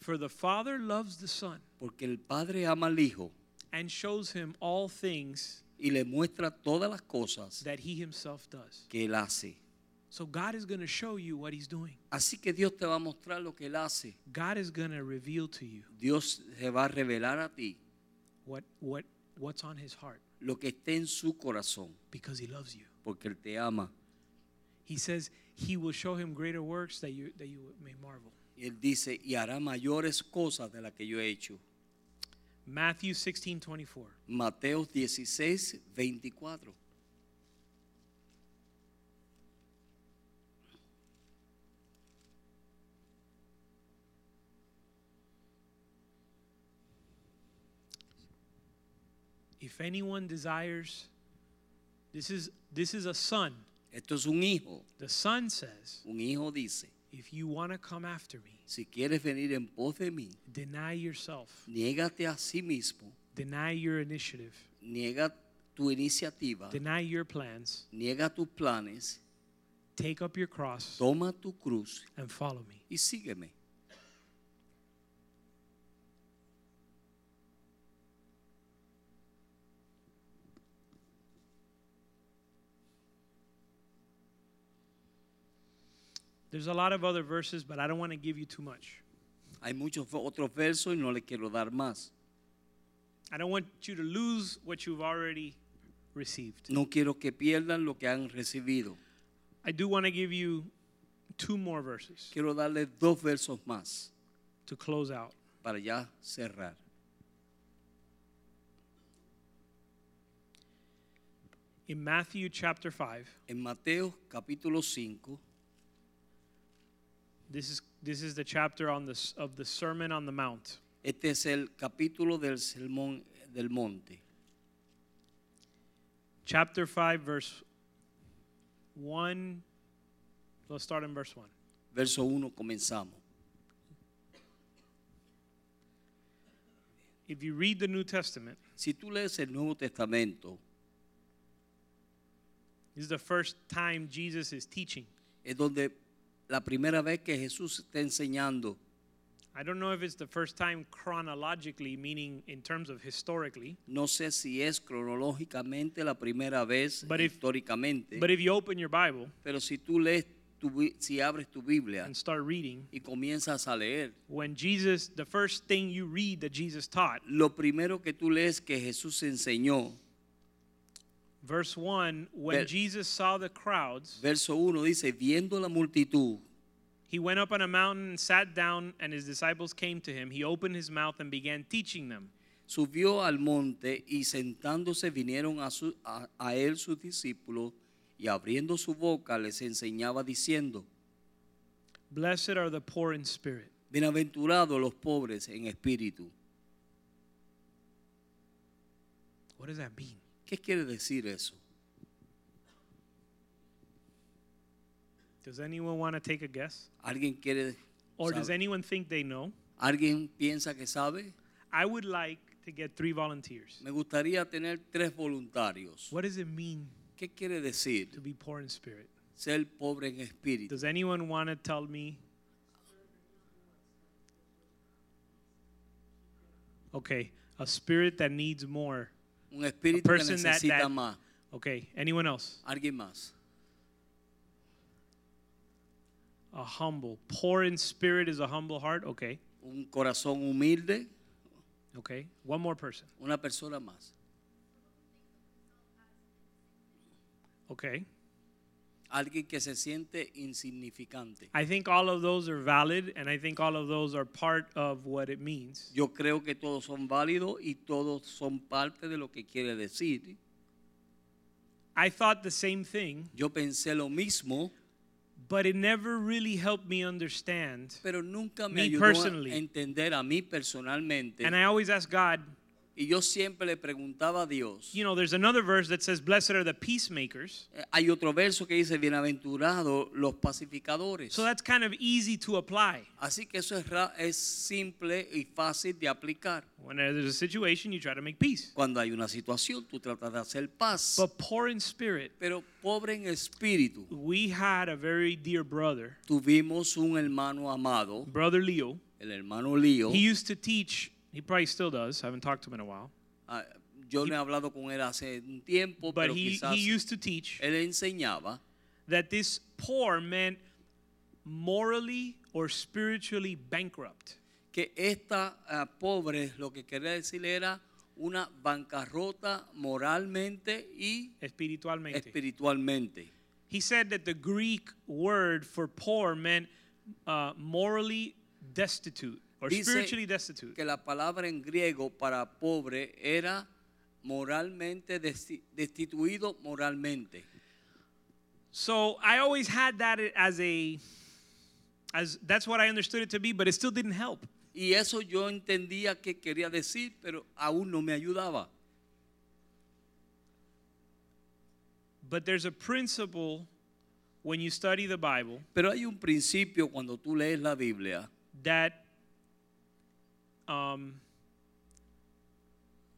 Speaker 3: For the father loves the son
Speaker 4: Porque el padre ama al hijo
Speaker 3: and shows him all things
Speaker 4: y le muestra todas las cosas
Speaker 3: that he himself does.
Speaker 4: que él hace.
Speaker 3: So God is going to show you what he's doing.
Speaker 4: Así que Dios te va a mostrar lo que Él hace.
Speaker 3: God is going to reveal to you
Speaker 4: Dios te va a revelar a ti
Speaker 3: what what what's on his heart
Speaker 4: lo que esté en su corazón,
Speaker 3: because he loves you.
Speaker 4: porque Él te ama.
Speaker 3: he says he will show him greater works that you that you may marvel.
Speaker 4: Y él dice, y hará mayores cosas de las que yo he hecho.
Speaker 3: Matthew 16, 24.
Speaker 4: Mateo 16, 24.
Speaker 3: If anyone desires, this is this is a son.
Speaker 4: Esto es un hijo.
Speaker 3: The son says,
Speaker 4: Un hijo dice,
Speaker 3: if you want to come after me,
Speaker 4: si quieres venir en pos de mí,
Speaker 3: deny yourself,
Speaker 4: niégate a sí mismo,
Speaker 3: deny your initiative,
Speaker 4: niega tu iniciativa,
Speaker 3: deny your plans,
Speaker 4: niega tus planes,
Speaker 3: take up your cross
Speaker 4: toma tu cruz
Speaker 3: and follow me.
Speaker 4: y sígueme.
Speaker 3: There's a lot of other verses, but I don't want to give you too much.
Speaker 4: Hay muchos otros versos y no les quiero dar más.
Speaker 3: I don't want you to lose what you've already received.
Speaker 4: No quiero que pierdan lo que han recibido.
Speaker 3: I do want to give you two more verses
Speaker 4: Quiero darles dos versos más
Speaker 3: to close out.
Speaker 4: para ya cerrar.
Speaker 3: In Matthew chapter 5,
Speaker 4: En Mateo capítulo 5,
Speaker 3: this is this is the chapter on this of the Sermon on the Mount.
Speaker 4: este es el capítulo del sermón del monte.
Speaker 3: Chapter 5 verse 1 Let's start in verse 1.
Speaker 4: Verso 1 comenzamos.
Speaker 3: If you read the New Testament,
Speaker 4: Si tú lees el Nuevo Testamento,
Speaker 3: this is the first time Jesus is teaching.
Speaker 4: es donde la primera vez que Jesús está enseñando,
Speaker 3: I don't know if it's the first time chronologically, meaning in terms of historically,
Speaker 4: no sé si es cronológicamente la primera vez,
Speaker 3: But if-
Speaker 4: históricamente,
Speaker 3: but if you open your Bible
Speaker 4: pero si tú lees, tu, bi- si abres tu Biblia
Speaker 3: and start reading,
Speaker 4: y comienzas a leer,
Speaker 3: when Jesus, the first thing you read that Jesus taught,
Speaker 4: lo primero que tú lees que Jesús enseñó,
Speaker 3: verse 1, when
Speaker 4: Ver-
Speaker 3: Jesus saw the crowds,
Speaker 4: verso 1 dice, viendo la multitud,
Speaker 3: He went up on a mountain and sat down, and his disciples came to him. He opened his mouth and began teaching them.
Speaker 4: subió al monte y sentándose vinieron a, su- a- a él sus discípulos y abriendo su boca les enseñaba diciendo,
Speaker 3: Blessed are the poor in spirit,
Speaker 4: bienaventurados los pobres en espíritu.
Speaker 3: What does that mean?
Speaker 4: ¿Qué quiere decir eso?
Speaker 3: Does anyone want to take a guess?
Speaker 4: ¿Alguien quiere
Speaker 3: Or does
Speaker 4: sabe?
Speaker 3: anyone think they know?
Speaker 4: ¿Alguien piensa que sabe?
Speaker 3: I would like to get three volunteers.
Speaker 4: Me gustaría tener tres voluntarios.
Speaker 3: What does it mean
Speaker 4: ¿Qué quiere
Speaker 3: to
Speaker 4: decir
Speaker 3: be poor in spirit?
Speaker 4: ser pobre en espíritu?
Speaker 3: Does anyone want to tell me? Okay, a spirit that needs more.
Speaker 4: Un espíritu que
Speaker 3: person that-
Speaker 4: necesita
Speaker 3: that-
Speaker 4: más.
Speaker 3: Okay, anyone else?
Speaker 4: ¿Alguien más?
Speaker 3: A humble. Poor in spirit is a humble heart. Okay,
Speaker 4: Un corazón humilde,
Speaker 3: okay. One more person.
Speaker 4: una persona más.
Speaker 3: Okay.
Speaker 4: Alguien que se siente insignificante.
Speaker 3: I think all of those are valid, and I think all of those are part of what it means.
Speaker 4: Yo creo que todos son válidos y todos son parte de lo que quiere decir.
Speaker 3: I thought the same thing,
Speaker 4: Yo pensé lo mismo,
Speaker 3: but it never really helped me understand.
Speaker 4: pero nunca me
Speaker 3: Me
Speaker 4: ayudó
Speaker 3: personally.
Speaker 4: a entender a mí personalmente.
Speaker 3: And I always ask God,
Speaker 4: Y yo siempre le preguntaba a Dios.
Speaker 3: you know, there's another verse that says, Blessed are the peacemakers.
Speaker 4: Eh, Hay otro verso que dice, bienaventurados los pacificadores.
Speaker 3: So that's kind of easy to apply.
Speaker 4: Así que eso es, ra- es simple y fácil de aplicar.
Speaker 3: When there's a situation, you try to make peace.
Speaker 4: Cuando hay una situación, tú tratas de hacer paz.
Speaker 3: But poor in spirit,
Speaker 4: Pero pobre en espíritu,
Speaker 3: we had a very dear brother,
Speaker 4: tuvimos un hermano amado,
Speaker 3: Brother Leo.
Speaker 4: el hermano Lío.
Speaker 3: He used to teach, he probably still does. I haven't talked to him in a while.
Speaker 4: Ah, Yo no he hablado con él hace un tiempo,
Speaker 3: But
Speaker 4: pero
Speaker 3: he,
Speaker 4: quizás
Speaker 3: he used to teach
Speaker 4: él enseñaba
Speaker 3: that this poor meant morally or spiritually bankrupt.
Speaker 4: que esta ah, pobre lo que quería decir era una bancarrota moralmente y
Speaker 3: Espiritualmente.
Speaker 4: espiritualmente.
Speaker 3: He said that the Greek word for poor meant uh, morally destitute or
Speaker 4: Dice
Speaker 3: spiritually destitute.
Speaker 4: que la palabra en griego para pobre era moralmente desti- destituido moralmente.
Speaker 3: So I always had that as a as that's what I understood it to be, but it still didn't help.
Speaker 4: Y eso yo entendía que quería decir, pero aún no me ayudaba.
Speaker 3: But there's a principle when you study the Bible
Speaker 4: Pero hay un principio cuando tú lees la Biblia
Speaker 3: that um,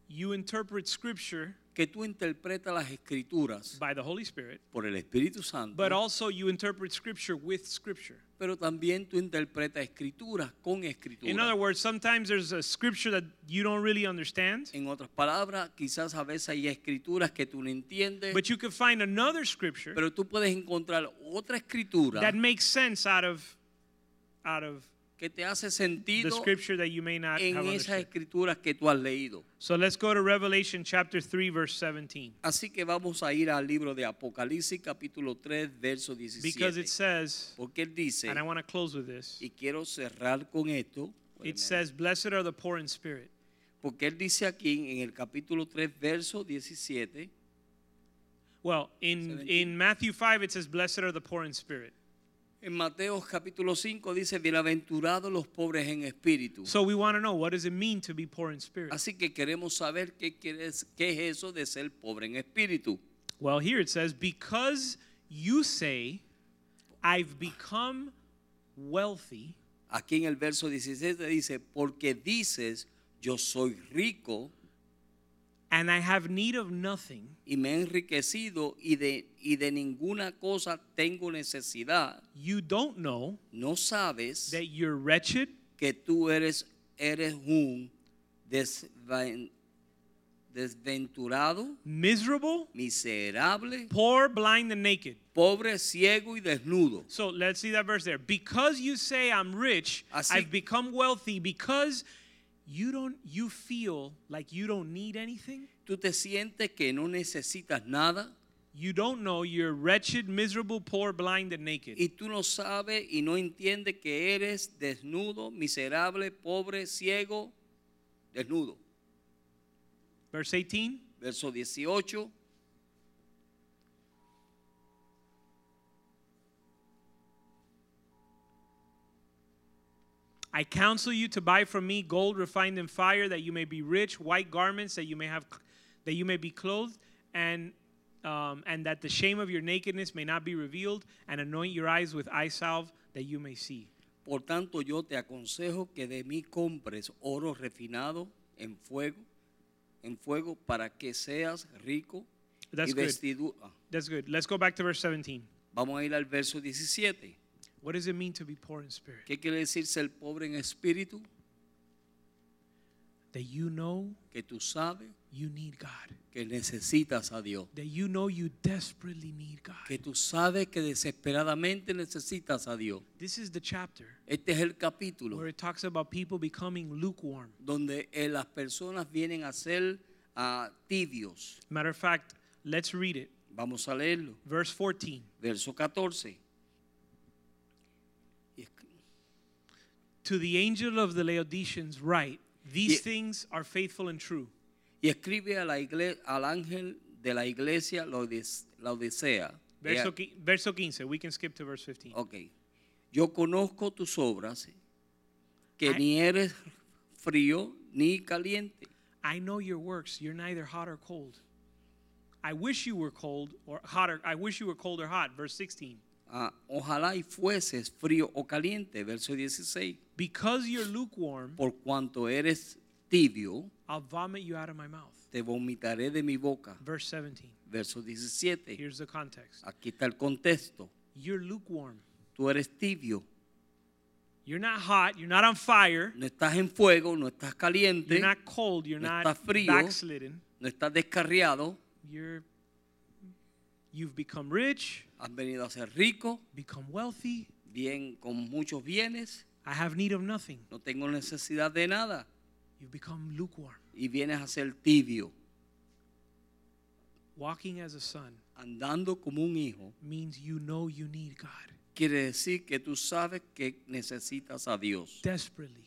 Speaker 3: you interpret scripture
Speaker 4: que tú interpretas las escrituras
Speaker 3: by the Holy Spirit,
Speaker 4: por el Espíritu Santo,
Speaker 3: but also you interpret scripture with scripture.
Speaker 4: pero también tú interpretas escrituras con
Speaker 3: In other
Speaker 4: escrituras.
Speaker 3: words, sometimes there's a scripture that you don't really understand,
Speaker 4: En otras palabras, quizás a veces hay escrituras que tú no entiendes,
Speaker 3: but you can find another scripture
Speaker 4: pero tú puedes encontrar otra escritura
Speaker 3: that makes sense out of out of
Speaker 4: que te hace
Speaker 3: the
Speaker 4: sentido
Speaker 3: scripture that you may not have
Speaker 4: en esas
Speaker 3: understood.
Speaker 4: escrituras que tú has leído.
Speaker 3: So let's go to Revelation chapter 3 verse 17
Speaker 4: Así que vamos a ir al libro de Apocalipsis capítulo 3, verso
Speaker 3: because it
Speaker 4: 17.
Speaker 3: says
Speaker 4: Porque él dice,
Speaker 3: and I want to close with this.
Speaker 4: y quiero cerrar con esto,
Speaker 3: It says blessed are the poor in spirit.
Speaker 4: porque él dice aquí en el capítulo 3, verso 17,
Speaker 3: Well, in in Matthew 5 it says blessed are the poor in spirit.
Speaker 4: en Mateo capítulo 5 dice, bienaventurados los pobres en espíritu.
Speaker 3: So we want to know what does it mean to be poor in spirit?
Speaker 4: Así que queremos saber qué, quiere- qué es eso de ser pobre en espíritu.
Speaker 3: Well, here it says because you say I've become wealthy
Speaker 4: Aquí en el verso 17 dice, porque dices, yo soy rico
Speaker 3: and I have need of nothing.
Speaker 4: y me he enriquecido y de, y de ninguna cosa tengo necesidad.
Speaker 3: You don't know
Speaker 4: No sabes
Speaker 3: that you're wretched,
Speaker 4: que tú eres, eres un desven- desventurado,
Speaker 3: miserable,
Speaker 4: miserable,
Speaker 3: poor, blind, and naked.
Speaker 4: pobre, ciego y desnudo.
Speaker 3: So let's see that verse there. Because you say I'm rich,
Speaker 4: Así-
Speaker 3: I've become wealthy because you don't you feel like you don't need anything.
Speaker 4: Tú te sientes que no necesitas nada
Speaker 3: You don't know you're wretched, miserable, poor, blind, and naked.
Speaker 4: y tú no sabes y no entiendes que eres desnudo, miserable, pobre, ciego, desnudo.
Speaker 3: Verse 18.
Speaker 4: Verso 18.
Speaker 3: I counsel you to buy from me gold refined in fire that you may be rich, white garments that you may have that you may be clothed and um, and that the shame of your nakedness may not be revealed and anoint your eyes with eye salve that you may see.
Speaker 4: Por tanto, yo te aconsejo que de mí compres oro refinado en fuego, en fuego para que seas rico
Speaker 3: That's
Speaker 4: y
Speaker 3: good.
Speaker 4: vestidura.
Speaker 3: That's good. Let's go back to verse 17.
Speaker 4: Vamos a ir al verso 17.
Speaker 3: What does it mean to be poor in spirit?
Speaker 4: ¿Qué quiere decir ser pobre en espíritu?
Speaker 3: That you know
Speaker 4: Que tú sabes
Speaker 3: you need God.
Speaker 4: que necesitas a Dios.
Speaker 3: That you know you desperately need God.
Speaker 4: Que tú sabes que desesperadamente necesitas a Dios.
Speaker 3: This is the chapter
Speaker 4: Este es el
Speaker 3: where
Speaker 4: capítulo
Speaker 3: it talks about people becoming lukewarm.
Speaker 4: donde eh, las personas vienen a ser ah, tibios.
Speaker 3: Matter of fact, let's read it.
Speaker 4: Vamos a leerlo.
Speaker 3: Verse 14.
Speaker 4: Verso 14. Y es-
Speaker 3: To the angel of the Laodiceans, write, These
Speaker 4: Ye-
Speaker 3: things are faithful and true.
Speaker 4: Y escribe a la igle- al ángel de la iglesia Laodis- Laodicea.
Speaker 3: Verso,
Speaker 4: Ea-
Speaker 3: qui- verso 15. We can skip to verse 15.
Speaker 4: Ok. Yo conozco tus obras, eh, que
Speaker 3: Ay.
Speaker 4: ni eres frío ni caliente.
Speaker 3: I know your works. You're neither hot or cold. I wish you were cold or hot or I wish you were cold or hot. Verse 16.
Speaker 4: Ah, ojalá y fueses frío o caliente. Verso 16.
Speaker 3: Because you're lukewarm,
Speaker 4: Por cuanto eres tibio,
Speaker 3: I'll vomit you out of my mouth.
Speaker 4: te vomitaré de mi boca.
Speaker 3: Verse 17.
Speaker 4: Verso 17.
Speaker 3: Here's the context.
Speaker 4: Aquí está el contexto.
Speaker 3: You're lukewarm.
Speaker 4: Tú eres tibio.
Speaker 3: You're not hot. You're not on fire.
Speaker 4: No estás en fuego, no estás
Speaker 3: You're
Speaker 4: caliente,
Speaker 3: not cold. You're
Speaker 4: No
Speaker 3: not
Speaker 4: estás frío.
Speaker 3: backslidden.
Speaker 4: no estás descarriado.
Speaker 3: You're you've become rich,
Speaker 4: Has venido a ser rico,
Speaker 3: become wealthy.
Speaker 4: bien con muchos bienes,
Speaker 3: I have need of nothing.
Speaker 4: no tengo necesidad de nada
Speaker 3: You've become lukewarm.
Speaker 4: y vienes a ser tibio.
Speaker 3: Walking as a son
Speaker 4: Andando como un hijo
Speaker 3: means you know you need God
Speaker 4: quiere decir que tú sabes que necesitas a Dios
Speaker 3: desperately.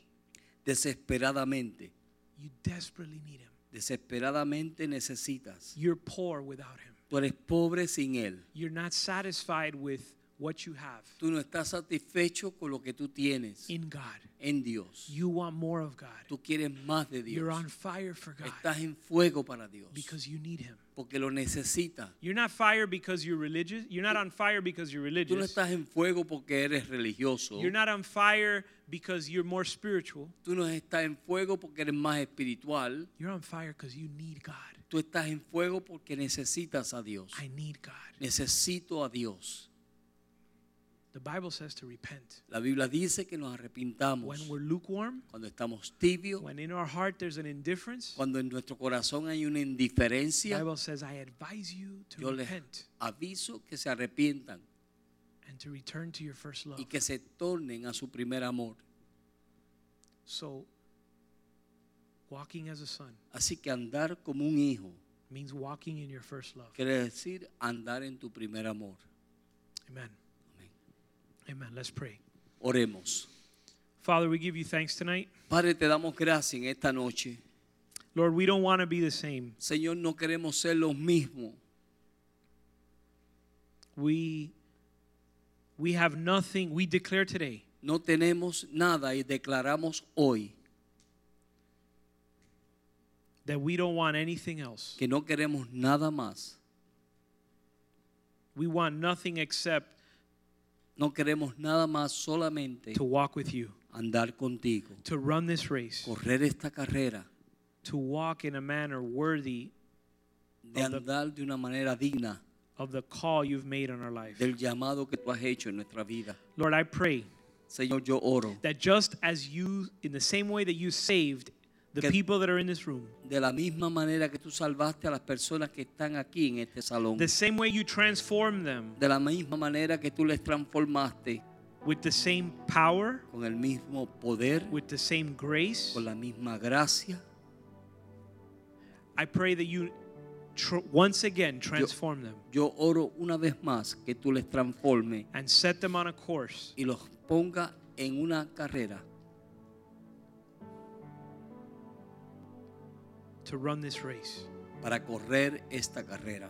Speaker 4: desesperadamente.
Speaker 3: You desperately need Him.
Speaker 4: Desesperadamente necesitas.
Speaker 3: You're poor without Him.
Speaker 4: Tú eres pobre sin Él.
Speaker 3: You're not satisfied with what you have
Speaker 4: Tú no estás satisfecho con lo que tú tienes
Speaker 3: in God.
Speaker 4: en Dios.
Speaker 3: You want more of God.
Speaker 4: Tú quieres más de
Speaker 3: You're on
Speaker 4: Dios.
Speaker 3: fire for God
Speaker 4: Estás en fuego para Dios
Speaker 3: because you need Him.
Speaker 4: porque lo necesitas.
Speaker 3: You're not fire because you're religious. You're not on fire because you're
Speaker 4: Tú no
Speaker 3: religious.
Speaker 4: estás en fuego porque eres religioso.
Speaker 3: You're not on fire because you're more spiritual.
Speaker 4: Tú no estás en fuego porque eres más espiritual.
Speaker 3: You're on fire because you need God.
Speaker 4: Tú estás en fuego porque necesitas a Dios.
Speaker 3: I need God.
Speaker 4: Necesito a Dios.
Speaker 3: The Bible says to repent.
Speaker 4: La Biblia dice que nos arrepintamos
Speaker 3: When we're lukewarm,
Speaker 4: cuando estamos tibios,
Speaker 3: when in our heart there's an indifference,
Speaker 4: cuando en nuestro corazón hay una
Speaker 3: the
Speaker 4: indiferencia.
Speaker 3: Bible says, I advise you to
Speaker 4: Yo les
Speaker 3: repent
Speaker 4: aviso que se arrepientan
Speaker 3: and to return to your first love.
Speaker 4: y que se tornen a su primer amor.
Speaker 3: So, walking as a son
Speaker 4: Así que andar como un hijo
Speaker 3: means walking in your first love.
Speaker 4: quiere decir andar en tu primer amor.
Speaker 3: Amen.
Speaker 4: Amén.
Speaker 3: Amen. Let's pray.
Speaker 4: Oremos.
Speaker 3: Father, we give you thanks tonight.
Speaker 4: Padre, te damos gracias en esta noche.
Speaker 3: Lord, we don't want to be the same.
Speaker 4: Señor, no queremos ser los mismos.
Speaker 3: We we have nothing. We declare today
Speaker 4: No tenemos nada y declaramos hoy
Speaker 3: that we don't want anything else.
Speaker 4: que no queremos nada más.
Speaker 3: We want nothing except
Speaker 4: No queremos nada más solamente
Speaker 3: to walk with you,
Speaker 4: andar contigo,
Speaker 3: to run this race,
Speaker 4: correr esta carrera,
Speaker 3: to walk in a manner worthy
Speaker 4: de
Speaker 3: Of the-
Speaker 4: andar de una manera digna
Speaker 3: of the call you've made on our life.
Speaker 4: del llamado que tú has hecho en nuestra vida.
Speaker 3: Lord, I pray
Speaker 4: Señor, yo oro
Speaker 3: that just as you, in the same way that you saved the
Speaker 4: Que-
Speaker 3: people that are in this room,
Speaker 4: de la misma manera que tú salvaste a las personas que están aquí en este salón,
Speaker 3: the same way you transform them
Speaker 4: de la misma manera que tú les transformaste
Speaker 3: with the same power,
Speaker 4: con el mismo poder,
Speaker 3: with the same grace,
Speaker 4: con la misma gracia,
Speaker 3: I pray that you tr- once again transform them
Speaker 4: yo oro una vez más que tú les transformes
Speaker 3: and set them on a course
Speaker 4: y los ponga en una carrera
Speaker 3: to run this race.
Speaker 4: para correr esta carrera.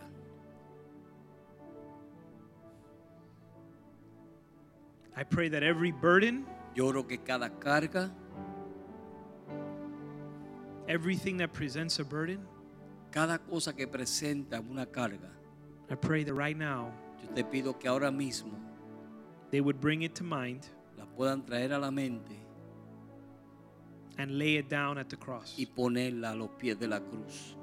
Speaker 3: I pray that every burden,
Speaker 4: Yo oro que cada carga,
Speaker 3: everything that presents a burden,
Speaker 4: cada cosa que presenta una carga,
Speaker 3: I pray that right now
Speaker 4: yo te pido que ahora mismo
Speaker 3: they would bring it to mind
Speaker 4: la puedan traer a la mente
Speaker 3: and lay it down at the cross.
Speaker 4: y ponerla a los pies de la cruz.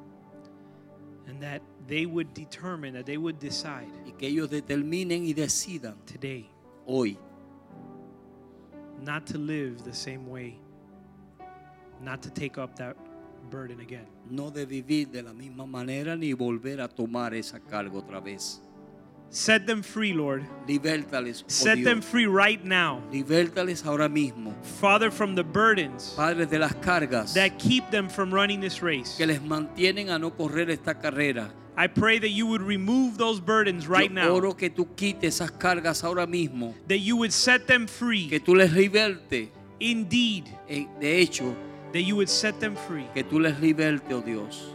Speaker 3: And that they would determine, that they would decide
Speaker 4: Y que ellos determinen y decidan
Speaker 3: today
Speaker 4: hoy
Speaker 3: not to live the same way, not to take up that burden again.
Speaker 4: no de vivir de la misma manera ni volver a tomar esa carga otra vez.
Speaker 3: Set them free, Lord.
Speaker 4: Libértales, oh
Speaker 3: Set them
Speaker 4: Dios.
Speaker 3: free right now.
Speaker 4: Libértales ahora mismo,
Speaker 3: Father, from the burdens
Speaker 4: padres de las cargas
Speaker 3: that keep them from running this race.
Speaker 4: que les mantienen a no correr esta carrera.
Speaker 3: I pray that you would remove those burdens right
Speaker 4: Yo
Speaker 3: now,
Speaker 4: oro que tú quites esas cargas ahora mismo,
Speaker 3: that you would set them
Speaker 4: que
Speaker 3: free.
Speaker 4: tú les libertes,
Speaker 3: Indeed,
Speaker 4: eh, de hecho,
Speaker 3: that you would set them free,
Speaker 4: que tú les libertes, oh Dios,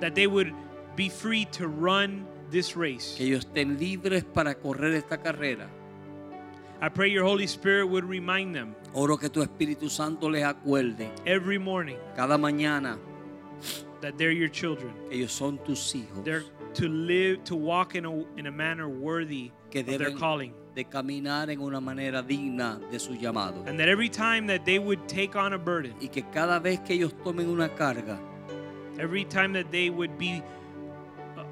Speaker 3: that they would be free to run this race.
Speaker 4: que ellos estén libres para correr esta carrera.
Speaker 3: I pray your Holy Spirit would remind them
Speaker 4: Oro que tu Espíritu Santo les acuerde
Speaker 3: every morning
Speaker 4: cada mañana
Speaker 3: that they're your children.
Speaker 4: que ellos son tus hijos,
Speaker 3: They're to live, to walk in a, in a manner worthy
Speaker 4: que
Speaker 3: of their
Speaker 4: deben
Speaker 3: calling.
Speaker 4: de caminar en una manera digna de su llamado.
Speaker 3: And that every time that they would take on a burden,
Speaker 4: Y que cada vez que ellos tomen una carga,
Speaker 3: every time that they would be uh,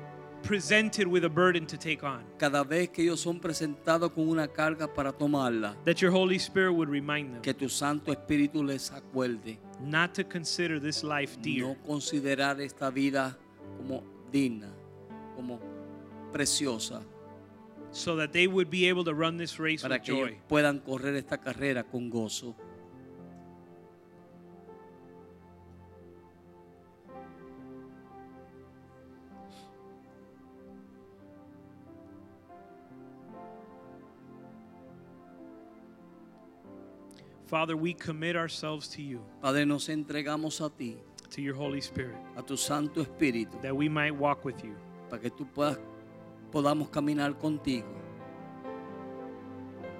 Speaker 3: presented with a burden to take on,
Speaker 4: cada vez que ellos son presentados con una carga para tomarla,
Speaker 3: that your Holy Spirit would remind them
Speaker 4: que tu Santo Espíritu les acuerde
Speaker 3: not to consider this life dear,
Speaker 4: no considerar esta vida como digna, como preciosa,
Speaker 3: so that they would be able to run this race
Speaker 4: para
Speaker 3: with
Speaker 4: que
Speaker 3: joy.
Speaker 4: ellos puedan correr esta carrera con gozo.
Speaker 3: Father, we commit ourselves to you,
Speaker 4: Padre, nos entregamos a ti,
Speaker 3: to your Holy Spirit,
Speaker 4: a tu Santo Espíritu,
Speaker 3: that we might walk with you.
Speaker 4: para que tú puedas, podamos caminar contigo,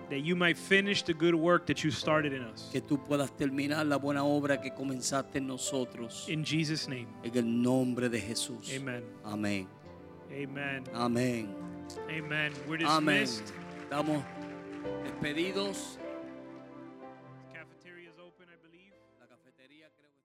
Speaker 3: that you might finish the good work that you started in us.
Speaker 4: que tú puedas terminar la buena obra que comenzaste en nosotros.
Speaker 3: In Jesus' name,
Speaker 4: En el nombre de Jesús.
Speaker 3: amen.
Speaker 4: Amén.
Speaker 3: Amen.
Speaker 4: Amén.
Speaker 3: Amen. We're
Speaker 4: Amén.
Speaker 3: dismissed.
Speaker 4: Estamos despedidos.
Speaker 3: Cafeteria is open, I believe.
Speaker 4: La cafetería creo que-